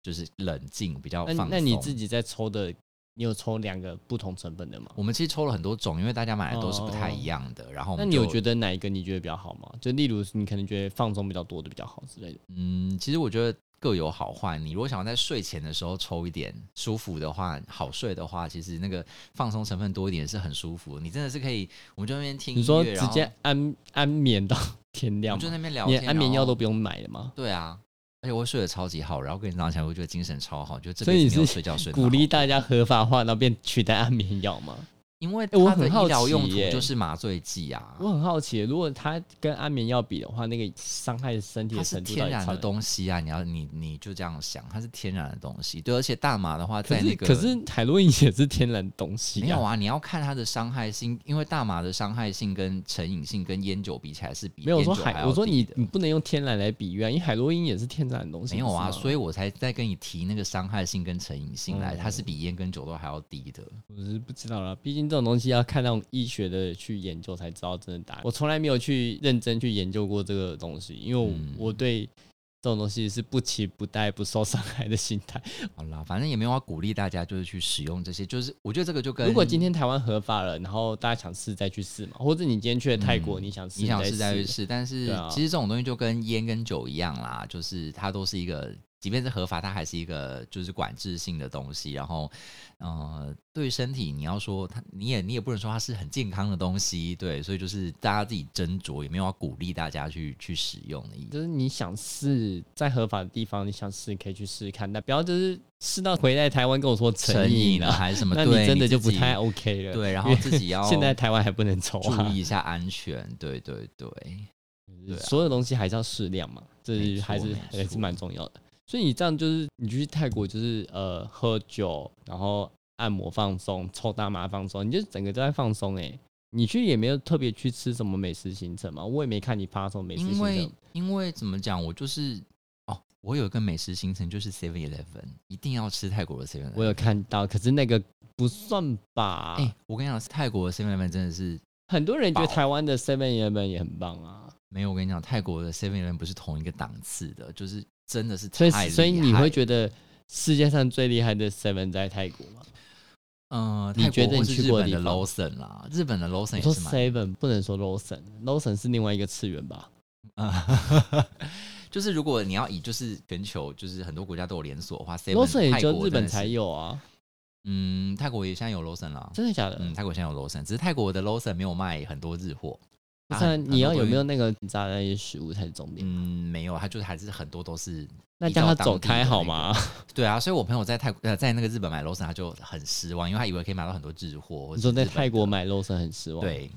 [SPEAKER 1] 就是冷静，比较
[SPEAKER 2] 那
[SPEAKER 1] 放松。
[SPEAKER 2] 那你自己在抽的，你有抽两个不同成本的吗？
[SPEAKER 1] 我们其实抽了很多种，因为大家买的都是不太
[SPEAKER 2] 哦
[SPEAKER 1] 一样的，然后我
[SPEAKER 2] 那
[SPEAKER 1] 们
[SPEAKER 2] 你有
[SPEAKER 1] 就
[SPEAKER 2] 觉得哪一个你觉得比较好吗？就例如你可能觉得放松比较多的比较好之类的。
[SPEAKER 1] 嗯，其实我觉得各有好坏。你如果想要在睡前的时候抽一点舒服的话，好睡的话，其实那个放松成分多一点是很舒服的。你真的是可以，我们就在那边听音乐，
[SPEAKER 2] 你说直
[SPEAKER 1] 然后
[SPEAKER 2] 接安安眠到 天
[SPEAKER 1] 我
[SPEAKER 2] 亮
[SPEAKER 1] 们就在
[SPEAKER 2] 吗？
[SPEAKER 1] 那边聊
[SPEAKER 2] 你
[SPEAKER 1] 天，
[SPEAKER 2] 连安眠
[SPEAKER 1] 然
[SPEAKER 2] 药
[SPEAKER 1] 后
[SPEAKER 2] 都不用买了吗？
[SPEAKER 1] 对啊。而且我会睡得超级好，然后跟你早上起来，我觉得精神超好，就这
[SPEAKER 2] 所以
[SPEAKER 1] 辈
[SPEAKER 2] 你
[SPEAKER 1] 子没有
[SPEAKER 2] 是
[SPEAKER 1] 睡觉睡得
[SPEAKER 2] 鼓
[SPEAKER 1] 好
[SPEAKER 2] 励大家合法化，然后变取代安眠 药吗？
[SPEAKER 1] 因为
[SPEAKER 2] 哎我
[SPEAKER 1] 它
[SPEAKER 2] 很
[SPEAKER 1] 的
[SPEAKER 2] 好
[SPEAKER 1] 医疗用
[SPEAKER 2] 奇
[SPEAKER 1] 途
[SPEAKER 2] 耶
[SPEAKER 1] 就是麻醉剂啊，
[SPEAKER 2] 我很好奇，如果它跟安眠药比的话，那个伤害身体
[SPEAKER 1] 它
[SPEAKER 2] 的
[SPEAKER 1] 是
[SPEAKER 2] 程度到
[SPEAKER 1] 天
[SPEAKER 2] 底
[SPEAKER 1] 然
[SPEAKER 2] 差
[SPEAKER 1] 的
[SPEAKER 2] 在
[SPEAKER 1] 东西啊，你要你你就这样想，它是天然的东西，对，而且大麻的话，
[SPEAKER 2] 可
[SPEAKER 1] 在
[SPEAKER 2] 是、
[SPEAKER 1] 那个
[SPEAKER 2] 可是海洛因也是天然东西、啊，
[SPEAKER 1] 没有啊，你要看它的伤害性，因为大麻的伤害性跟成瘾性跟烟酒比起来是比
[SPEAKER 2] 没有我
[SPEAKER 1] 烟
[SPEAKER 2] 说
[SPEAKER 1] 酒
[SPEAKER 2] 海，
[SPEAKER 1] 还
[SPEAKER 2] 我
[SPEAKER 1] 要
[SPEAKER 2] 说
[SPEAKER 1] 低
[SPEAKER 2] 你
[SPEAKER 1] 的。
[SPEAKER 2] 你不能用天然来比喻啊，因为海洛因也是天然的东西，
[SPEAKER 1] 没有啊，
[SPEAKER 2] 不是吗
[SPEAKER 1] 所以我才在跟你提那个伤害性跟成瘾性
[SPEAKER 2] 哦
[SPEAKER 1] 来，它是比烟跟酒都还要低的。
[SPEAKER 2] 我是不知道啦，毕竟这种东西要看那种医学的去研究才知道真的答案。我从来没有去认真去研究过这个东西，因为我,、
[SPEAKER 1] 嗯
[SPEAKER 2] 我对这种东西是不期不待、不受伤害的心态。
[SPEAKER 1] 好啦，反正也没有要鼓励大家就是去使用这些，就是我觉得这个就跟
[SPEAKER 2] 如果今天台湾合法了，然后大家想试再去试嘛，或者你今天去了泰国，你想
[SPEAKER 1] 嗯
[SPEAKER 2] 试
[SPEAKER 1] 你想
[SPEAKER 2] 试
[SPEAKER 1] 试再去，试，但是
[SPEAKER 2] 对啊
[SPEAKER 1] 其实这种东西就跟烟跟酒一样啦，就是它都是一个，即便是合法，它还是一个就是管制性的东西。然后，呃，对于身体，你要说它，你也你也不能说它是很健康的东西，对，所以就是大家自己斟酌，也没有要鼓励大家去去使用的意思。
[SPEAKER 2] 就是你想试在合法的地方，你想试可以去试试看，但不要就是试到回来台湾跟我说成瘾
[SPEAKER 1] 了
[SPEAKER 2] 了，
[SPEAKER 1] 还是什么？
[SPEAKER 2] 那
[SPEAKER 1] 嗯对，
[SPEAKER 2] 你真的
[SPEAKER 1] 自
[SPEAKER 2] 就不
[SPEAKER 1] 己
[SPEAKER 2] 太 OK 了。
[SPEAKER 1] 对，然
[SPEAKER 2] 因
[SPEAKER 1] 后
[SPEAKER 2] 为
[SPEAKER 1] 自 己要
[SPEAKER 2] 现在台湾还不能抽
[SPEAKER 1] 注
[SPEAKER 2] 啊
[SPEAKER 1] 意，一下安全，对对对。对啊
[SPEAKER 2] 所有东西还是要适量嘛，
[SPEAKER 1] 没
[SPEAKER 2] 这
[SPEAKER 1] 错
[SPEAKER 2] 还是
[SPEAKER 1] 没
[SPEAKER 2] 还是
[SPEAKER 1] 错
[SPEAKER 2] 蛮重要的。所以你这样就是你去泰国就是呃喝酒，然后按摩放松，抽大麻放松，你就整个都在放松哎、你去也没有特别去吃什么美食行程嘛，我也没看你发什么美食
[SPEAKER 1] 因
[SPEAKER 2] 行
[SPEAKER 1] 为
[SPEAKER 2] 程。
[SPEAKER 1] 因为怎么讲，我就是哦，我有一个美食行程就是 Seven Eleven，一定要吃泰国的 Seven。
[SPEAKER 2] 我有看到，可是那个不算吧？
[SPEAKER 1] 哎、我跟你讲，泰国的 Seven Eleven 真的是
[SPEAKER 2] 很多人觉得
[SPEAKER 1] 饱
[SPEAKER 2] 台湾的 Seven Eleven 也很棒啊，
[SPEAKER 1] 没有。我跟你讲，泰国的 Seven Eleven 不是同一个档次的，就是真的是
[SPEAKER 2] 所以
[SPEAKER 1] 太
[SPEAKER 2] 所以你会
[SPEAKER 1] 得，
[SPEAKER 2] 觉得世界上最厉害的 Seven 在泰国吗？
[SPEAKER 1] 嗯、呃，
[SPEAKER 2] 你
[SPEAKER 1] 泰
[SPEAKER 2] 觉得
[SPEAKER 1] 国或
[SPEAKER 2] 你
[SPEAKER 1] 是
[SPEAKER 2] 去
[SPEAKER 1] 日
[SPEAKER 2] 过的
[SPEAKER 1] 本的
[SPEAKER 2] 地方
[SPEAKER 1] Lawson 啦，日本的 Lawson
[SPEAKER 2] 你
[SPEAKER 1] 也
[SPEAKER 2] 说
[SPEAKER 1] 是蛮
[SPEAKER 2] Seven 不能说 Lawson，Lawson 是另外一个次元吧？
[SPEAKER 1] 啊， 就是如果你要以就是全球就是很多国家都有连锁的话
[SPEAKER 2] l o s o
[SPEAKER 1] ，Seven
[SPEAKER 2] n 也
[SPEAKER 1] 泰
[SPEAKER 2] 就
[SPEAKER 1] 国
[SPEAKER 2] 日
[SPEAKER 1] 真
[SPEAKER 2] 本
[SPEAKER 1] 的是
[SPEAKER 2] 才，有啊，
[SPEAKER 1] 嗯，泰国也现在有 Lawson 啦，
[SPEAKER 2] 真的假的？
[SPEAKER 1] 嗯，泰国现在有 Lawson，只是泰国的 Lawson 没有卖很多日货。
[SPEAKER 2] 不
[SPEAKER 1] 它
[SPEAKER 2] 是啊
[SPEAKER 1] 很
[SPEAKER 2] 你要有没？有
[SPEAKER 1] 很多都
[SPEAKER 2] 那个炸的那些食物才是重点。
[SPEAKER 1] 嗯，没有，它就是还是很多都是
[SPEAKER 2] 那
[SPEAKER 1] 依
[SPEAKER 2] 叫
[SPEAKER 1] 照
[SPEAKER 2] 他
[SPEAKER 1] 当
[SPEAKER 2] 走
[SPEAKER 1] 地的
[SPEAKER 2] 开好
[SPEAKER 1] 那个
[SPEAKER 2] 吗？
[SPEAKER 1] 对啊，所以我朋友在泰呃在那个日本买 Lawson，他就很失望，因为他以为可以买到很多日货。或
[SPEAKER 2] 你
[SPEAKER 1] 是
[SPEAKER 2] 说在
[SPEAKER 1] 日本
[SPEAKER 2] 泰国
[SPEAKER 1] 的，
[SPEAKER 2] 买 l o s o n 很失望。，
[SPEAKER 1] 对，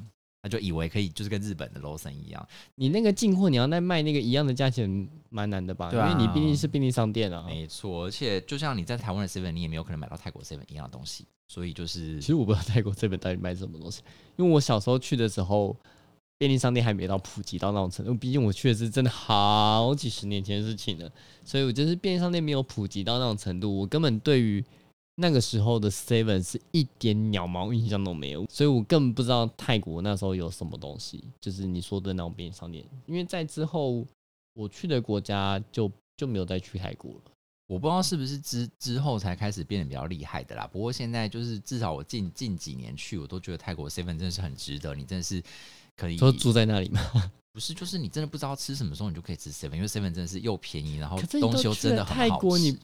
[SPEAKER 1] 他就以为可以就是跟日本的 Lawson 一样，
[SPEAKER 2] 你那个进货你要再卖那个一样的价钱，蛮难的吧？
[SPEAKER 1] 对啊
[SPEAKER 2] 因为你毕竟是便利商店啊。
[SPEAKER 1] 没错。而且就像你在台湾的 Seven，你也没有可能买到泰国 Seven 一样的东西，所以就是
[SPEAKER 2] 其实我不知道泰国这边到底卖什么东西，因为我小时候去的时候，便利商店还没到普及到那种程度。毕竟我去的是真的好几十年前的事情了，所以我就是便利商店没有普及到那种程度，我根本对于那个时候的 Seven 是一点鸟毛印象都没有，所以我根本不知道泰国那时候有什么东西，就是你说的那种便利商店。因为在之后我去的国家就就没有再去泰国了。
[SPEAKER 1] 我不知道是不是之之后才开始变得比较厉害的啦。不过现在就是至少我近近几年去，我都觉得泰国 seven 真的是很值得，你真的是可以
[SPEAKER 2] 说住在那里嘛，
[SPEAKER 1] 不是就是你真的不知道吃什么时候你就可以吃 seven，因为 seven 真的是又便宜，然后
[SPEAKER 2] 可是你
[SPEAKER 1] 东西
[SPEAKER 2] 都
[SPEAKER 1] 又
[SPEAKER 2] 去
[SPEAKER 1] 真的
[SPEAKER 2] 了
[SPEAKER 1] 很
[SPEAKER 2] 泰
[SPEAKER 1] 好
[SPEAKER 2] 国，
[SPEAKER 1] 吃
[SPEAKER 2] 你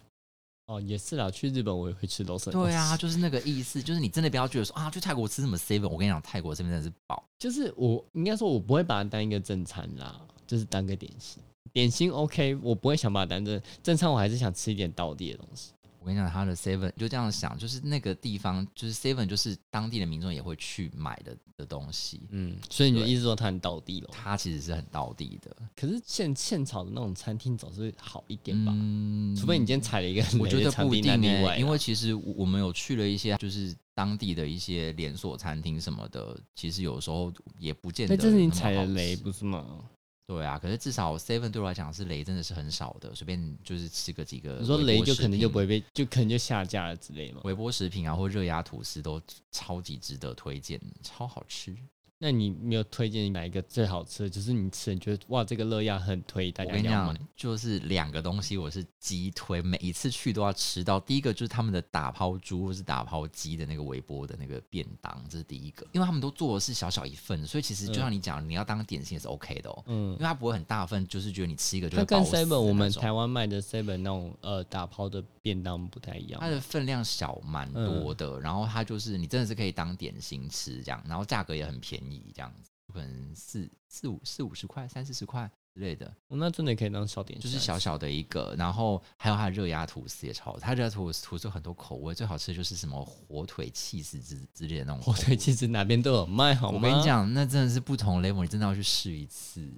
[SPEAKER 2] 哦也是啦，去日本我也会吃哦罗森。
[SPEAKER 1] 对啊，，就是那个意思，就是你真的不要觉得说啊去泰国吃什么 seven，我跟你讲泰国 seven 真的是饱。
[SPEAKER 2] 就是我应该说，我不会把它当一个正餐啦，就是当个点心。点心 OK，我不会想把它当正正餐，我还是想吃一点道地的东西。
[SPEAKER 1] 我跟你讲，它的 Seven 就这样想，就是那个地方，就是 Seven，就是当地的民众也会去买的的东西，
[SPEAKER 2] 嗯，所以你的
[SPEAKER 1] 对
[SPEAKER 2] 意思说它很道地咯。
[SPEAKER 1] 它其实是很道地的，
[SPEAKER 2] 可是现现炒的那种餐厅总是好一点吧？
[SPEAKER 1] 嗯
[SPEAKER 2] 除非你今天踩了一个很
[SPEAKER 1] 我
[SPEAKER 2] 雷
[SPEAKER 1] 觉
[SPEAKER 2] 的
[SPEAKER 1] 得
[SPEAKER 2] 餐
[SPEAKER 1] 不一定
[SPEAKER 2] 厅那例
[SPEAKER 1] 欸
[SPEAKER 2] 外啦，
[SPEAKER 1] 因为其实我我们有去了一些就是当地的一些连锁餐厅什么的，其实有时候也不见得
[SPEAKER 2] 那
[SPEAKER 1] 那么好
[SPEAKER 2] 这
[SPEAKER 1] 吃。
[SPEAKER 2] 是你踩了雷，不是吗？
[SPEAKER 1] 对啊，可是至少 Seven 对我来讲是雷，真的是很少的，随便就是吃个几个。
[SPEAKER 2] 你说雷就可能就不会。被，就可能就下架了之类嘛。
[SPEAKER 1] 微波食品啊，或热压吐司都超级值得推荐，超好吃。
[SPEAKER 2] 那你没有推荐哪一个最好吃的？就是你吃你觉得哇，这个乐亚很推，大
[SPEAKER 1] 我
[SPEAKER 2] 家
[SPEAKER 1] 跟
[SPEAKER 2] 一
[SPEAKER 1] 你
[SPEAKER 2] 定要
[SPEAKER 1] 讲嗯
[SPEAKER 2] 买。，
[SPEAKER 1] 就是两个东西我是激推，每一次去都要吃到。第一个就是他们的打抛猪或是打抛鸡的那个微波的那个便当，这是第一个，因为他们都做的是小小一份，所以其实就像你讲，你要当点心也是 OK 的哦，
[SPEAKER 2] 嗯
[SPEAKER 1] 因为它不会很大份，就是觉得你吃一个就
[SPEAKER 2] 它
[SPEAKER 1] 会
[SPEAKER 2] 跟
[SPEAKER 1] 饱死
[SPEAKER 2] seven 我们
[SPEAKER 1] 那种
[SPEAKER 2] 台湾卖的 seven 那种呃打抛的便当不太一样
[SPEAKER 1] 它。的分量小蛮多的，
[SPEAKER 2] 嗯
[SPEAKER 1] 然后它就是你真的是可以当点心吃这样，然后价格也很便宜这样子，可能四四五四五十块、三四十块之类的。
[SPEAKER 2] 哦那真的可以当小点
[SPEAKER 1] 就
[SPEAKER 2] 心
[SPEAKER 1] 是
[SPEAKER 2] 来吃，
[SPEAKER 1] 小小的一
[SPEAKER 2] 啊
[SPEAKER 1] 个，然后还有它的热压吐司也超好，它热压吐司吐司有很多口味，最好吃的就是什么火腿气司之之类的那种口
[SPEAKER 2] 火
[SPEAKER 1] 味。
[SPEAKER 2] 腿哦其实哪边都有卖，好吗？
[SPEAKER 1] 我跟你，讲，那真的是不同 level，你真的要去试一次，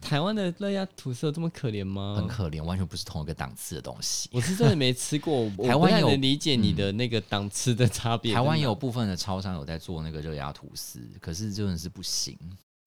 [SPEAKER 2] 台湾的乐亚吐司有这么可怜吗？
[SPEAKER 1] 很可怜，完全不是同一个档次的东西。
[SPEAKER 2] 我是真的没吃过，我我
[SPEAKER 1] 台湾
[SPEAKER 2] 不太
[SPEAKER 1] 有嗯
[SPEAKER 2] 能理解你的那个档次的差别。
[SPEAKER 1] 台湾
[SPEAKER 2] 真的
[SPEAKER 1] 有部分的超商有在做那个热压吐司，可是真的是不行，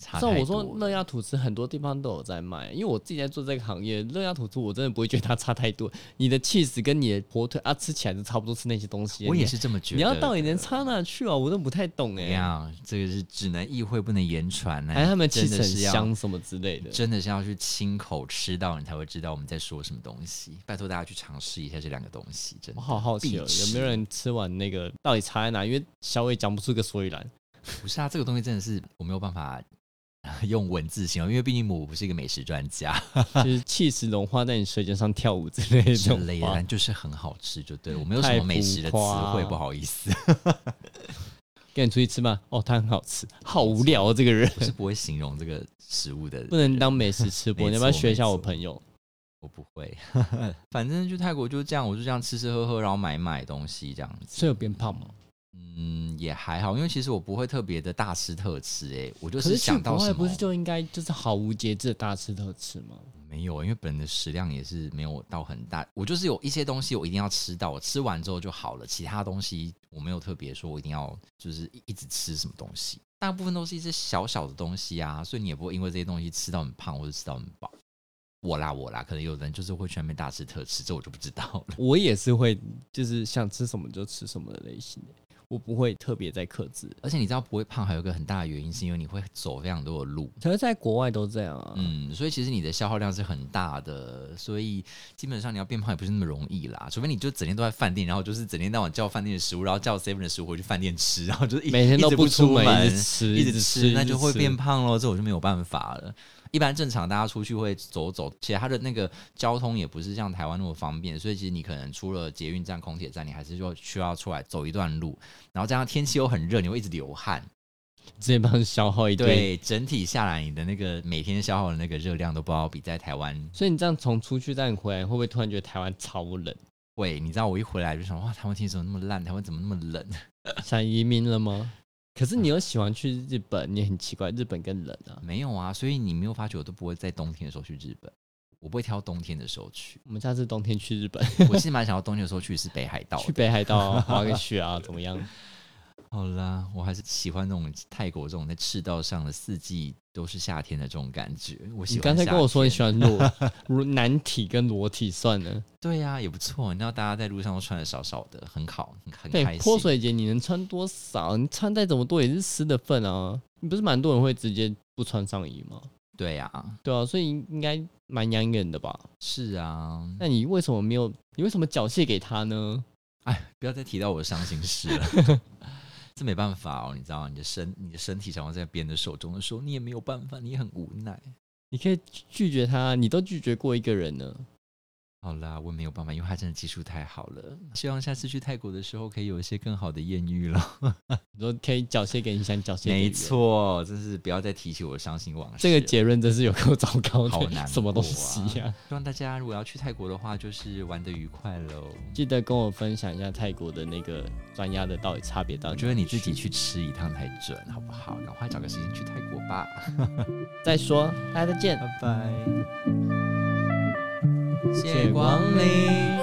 [SPEAKER 1] 差
[SPEAKER 2] 像
[SPEAKER 1] 太
[SPEAKER 2] 我
[SPEAKER 1] 多
[SPEAKER 2] 说
[SPEAKER 1] 了
[SPEAKER 2] 热压吐司很多地方都有在卖，因为我自己在做这个行业，热压吐司我真的不会觉得它差太多。你的 cheese 跟你的火腿啊，吃起来就差不多是那些东西。
[SPEAKER 1] 我也
[SPEAKER 2] 你
[SPEAKER 1] 是这么觉得。
[SPEAKER 2] 你要到底能差哪去啊？我真的不太懂哎、
[SPEAKER 1] 怎样？这个是只能意会不能言传呢、啊
[SPEAKER 2] 还有哎他们
[SPEAKER 1] 真
[SPEAKER 2] cheese
[SPEAKER 1] 的
[SPEAKER 2] 很
[SPEAKER 1] 是要
[SPEAKER 2] 香什么之类的。
[SPEAKER 1] 真的是要去亲口吃到，你才会知道我们在说什么东西。拜托大家去尝试一下这两个东西，真
[SPEAKER 2] 我
[SPEAKER 1] 的。
[SPEAKER 2] 好好奇哦，
[SPEAKER 1] 必吃
[SPEAKER 2] 有没有人吃完那个到底差在哪？因为小伟讲不出个所 以然。
[SPEAKER 1] 不是啊，这个东西真的是我没有办法用文字形容，因为毕竟我不是一个美食专家
[SPEAKER 2] 就是 cheese 融化在你舌尖上跳舞之类 的这
[SPEAKER 1] 之
[SPEAKER 2] 种
[SPEAKER 1] 类的，
[SPEAKER 2] 话
[SPEAKER 1] 但就是很好吃，就对了。我没有什
[SPEAKER 2] 太
[SPEAKER 1] 么美食的词
[SPEAKER 2] 浮夸
[SPEAKER 1] 汇，不好意思，
[SPEAKER 2] 跟你出去吃吗？哦，它很好吃，好无聊、哦、这个人，
[SPEAKER 1] 我是不会形容这个食物的人，
[SPEAKER 2] 不能当美食吃播。
[SPEAKER 1] 没
[SPEAKER 2] 你要不要
[SPEAKER 1] 错
[SPEAKER 2] 学一下
[SPEAKER 1] 没
[SPEAKER 2] 我
[SPEAKER 1] 错
[SPEAKER 2] 朋友？
[SPEAKER 1] 我不会。 反正就泰国就是这样，我就这样吃吃喝喝，然后买买东西这样子。
[SPEAKER 2] 所以有变胖吗？
[SPEAKER 1] 嗯，也还好，因为其实我不会特别的大吃特吃、欸，我就
[SPEAKER 2] 可是去
[SPEAKER 1] 想
[SPEAKER 2] 国
[SPEAKER 1] 到
[SPEAKER 2] 外
[SPEAKER 1] 什
[SPEAKER 2] 不
[SPEAKER 1] 么
[SPEAKER 2] 是就应该就是毫无节制的大吃特吃吗？
[SPEAKER 1] 没有，因为本人的食量也是没有到很大，我就是有一些东西我一定要吃到，我吃完之后就好了，其他东西我没有特别说我一定要就是一一直吃什么东西，大部分都是一些小小的东西啊，所以你也不会因为这些东西吃到很胖或者吃到很饱。我啦我啦，可能有人就是会全面大吃特吃，这我就不知道了。
[SPEAKER 2] 我也是会，就是想吃什么就吃什么的类型的，我不会特别在克制。
[SPEAKER 1] 而且你知道不会胖，还有一个很大的原因是因为你会走非常多的路，
[SPEAKER 2] 可是在国外都这样啊。
[SPEAKER 1] 嗯，所以其实你的消耗量是很大的，所以基本上你要变胖也不是那么容易啦，除非你就整天都在饭店，然后就是整天到晚叫饭店的食物，然后叫 seven 的食物回去饭店吃， 然后就是一
[SPEAKER 2] 每天
[SPEAKER 1] 一
[SPEAKER 2] 都
[SPEAKER 1] 直
[SPEAKER 2] 不
[SPEAKER 1] 不
[SPEAKER 2] 出门
[SPEAKER 1] 门，
[SPEAKER 2] 一直吃
[SPEAKER 1] 一
[SPEAKER 2] 一直吃
[SPEAKER 1] 吃，那就会
[SPEAKER 2] 一直吃
[SPEAKER 1] 变胖咯，这我就没有办法了。一般正常大家出去会走走，且它的那个交通也不是像台湾那么方便，所以其实你可能除了捷运站、空铁站，你还是就需要出来走一段路，然后加上天气又很热，你会一直流汗，
[SPEAKER 2] 直接帮你消耗一堆。
[SPEAKER 1] 对，整体下来，你的那个每天消耗的那个热量都不知道比在台湾
[SPEAKER 2] 所以你这样从出去再回来，会不会突然觉得台湾超冷？
[SPEAKER 1] 贵。你知道我一回来就想，哇，台湾天气怎么那么烂？台湾怎么那么冷？
[SPEAKER 2] 想移民了吗？可是你又喜欢去日本，你很奇怪，日本更冷啊。
[SPEAKER 1] 没有啊，所以你没有发觉我都不会在冬天的时候去日本，我不会挑冬天的时候去。
[SPEAKER 2] 我们下次冬天去日本，
[SPEAKER 1] 我是蛮想要冬天的时候去是北海道
[SPEAKER 2] 去
[SPEAKER 1] 的。
[SPEAKER 2] 北海道啊滑个雪啊，怎么样？
[SPEAKER 1] 好啦，我还是喜欢那种泰国这种在赤道上的四季都是夏天的这种感觉。我喜
[SPEAKER 2] 你
[SPEAKER 1] 欢
[SPEAKER 2] 刚才
[SPEAKER 1] 夏
[SPEAKER 2] 跟我说你
[SPEAKER 1] 天
[SPEAKER 2] 喜欢 裸裸男体跟裸体算了，
[SPEAKER 1] 对呀、也不错。你知道大家在路上都穿的少少的，很好，很很
[SPEAKER 2] 对
[SPEAKER 1] 开心。
[SPEAKER 2] 泼水节你能穿多少？你穿再怎么多也是湿的份啊！你不是蛮多人会直接不穿上衣吗？
[SPEAKER 1] 对呀、啊，
[SPEAKER 2] 对啊，所以应该蛮养眼的吧？
[SPEAKER 1] 是啊。
[SPEAKER 2] 那你为什么没有？你为什么缴械给他呢？
[SPEAKER 1] 哎，不要再提到我的伤心事了。 这没办法哦，你知道吗？你的身，你的身体掌握在别人的手中的时候，你也没有办法，你也很无奈。
[SPEAKER 2] 你可以拒绝他，啊你都拒绝过一个人呢。
[SPEAKER 1] 好啦，我没有办法，因为他真的技术太好了。希望下次去泰国的时候，可以有一些更好的艳遇了。
[SPEAKER 2] 你说可以缴械给你想缴械，
[SPEAKER 1] 没。错，真是不要再提起我的伤心往事。
[SPEAKER 2] 这个，结论真是有够糟糕
[SPEAKER 1] 好
[SPEAKER 2] 的，
[SPEAKER 1] 难
[SPEAKER 2] 什么东
[SPEAKER 1] 过啊
[SPEAKER 2] 西呀、
[SPEAKER 1] 希望大家如果要去泰国的话，就是玩的愉快喽。
[SPEAKER 2] 记得跟我分享一下泰国的那个专家的到底差别到
[SPEAKER 1] 我
[SPEAKER 2] 底。
[SPEAKER 1] 觉得你自己去吃一趟才准，好不好？赶快找个时间去泰国吧。
[SPEAKER 2] 再说，大家再见。
[SPEAKER 1] 拜拜，
[SPEAKER 2] 谢光临。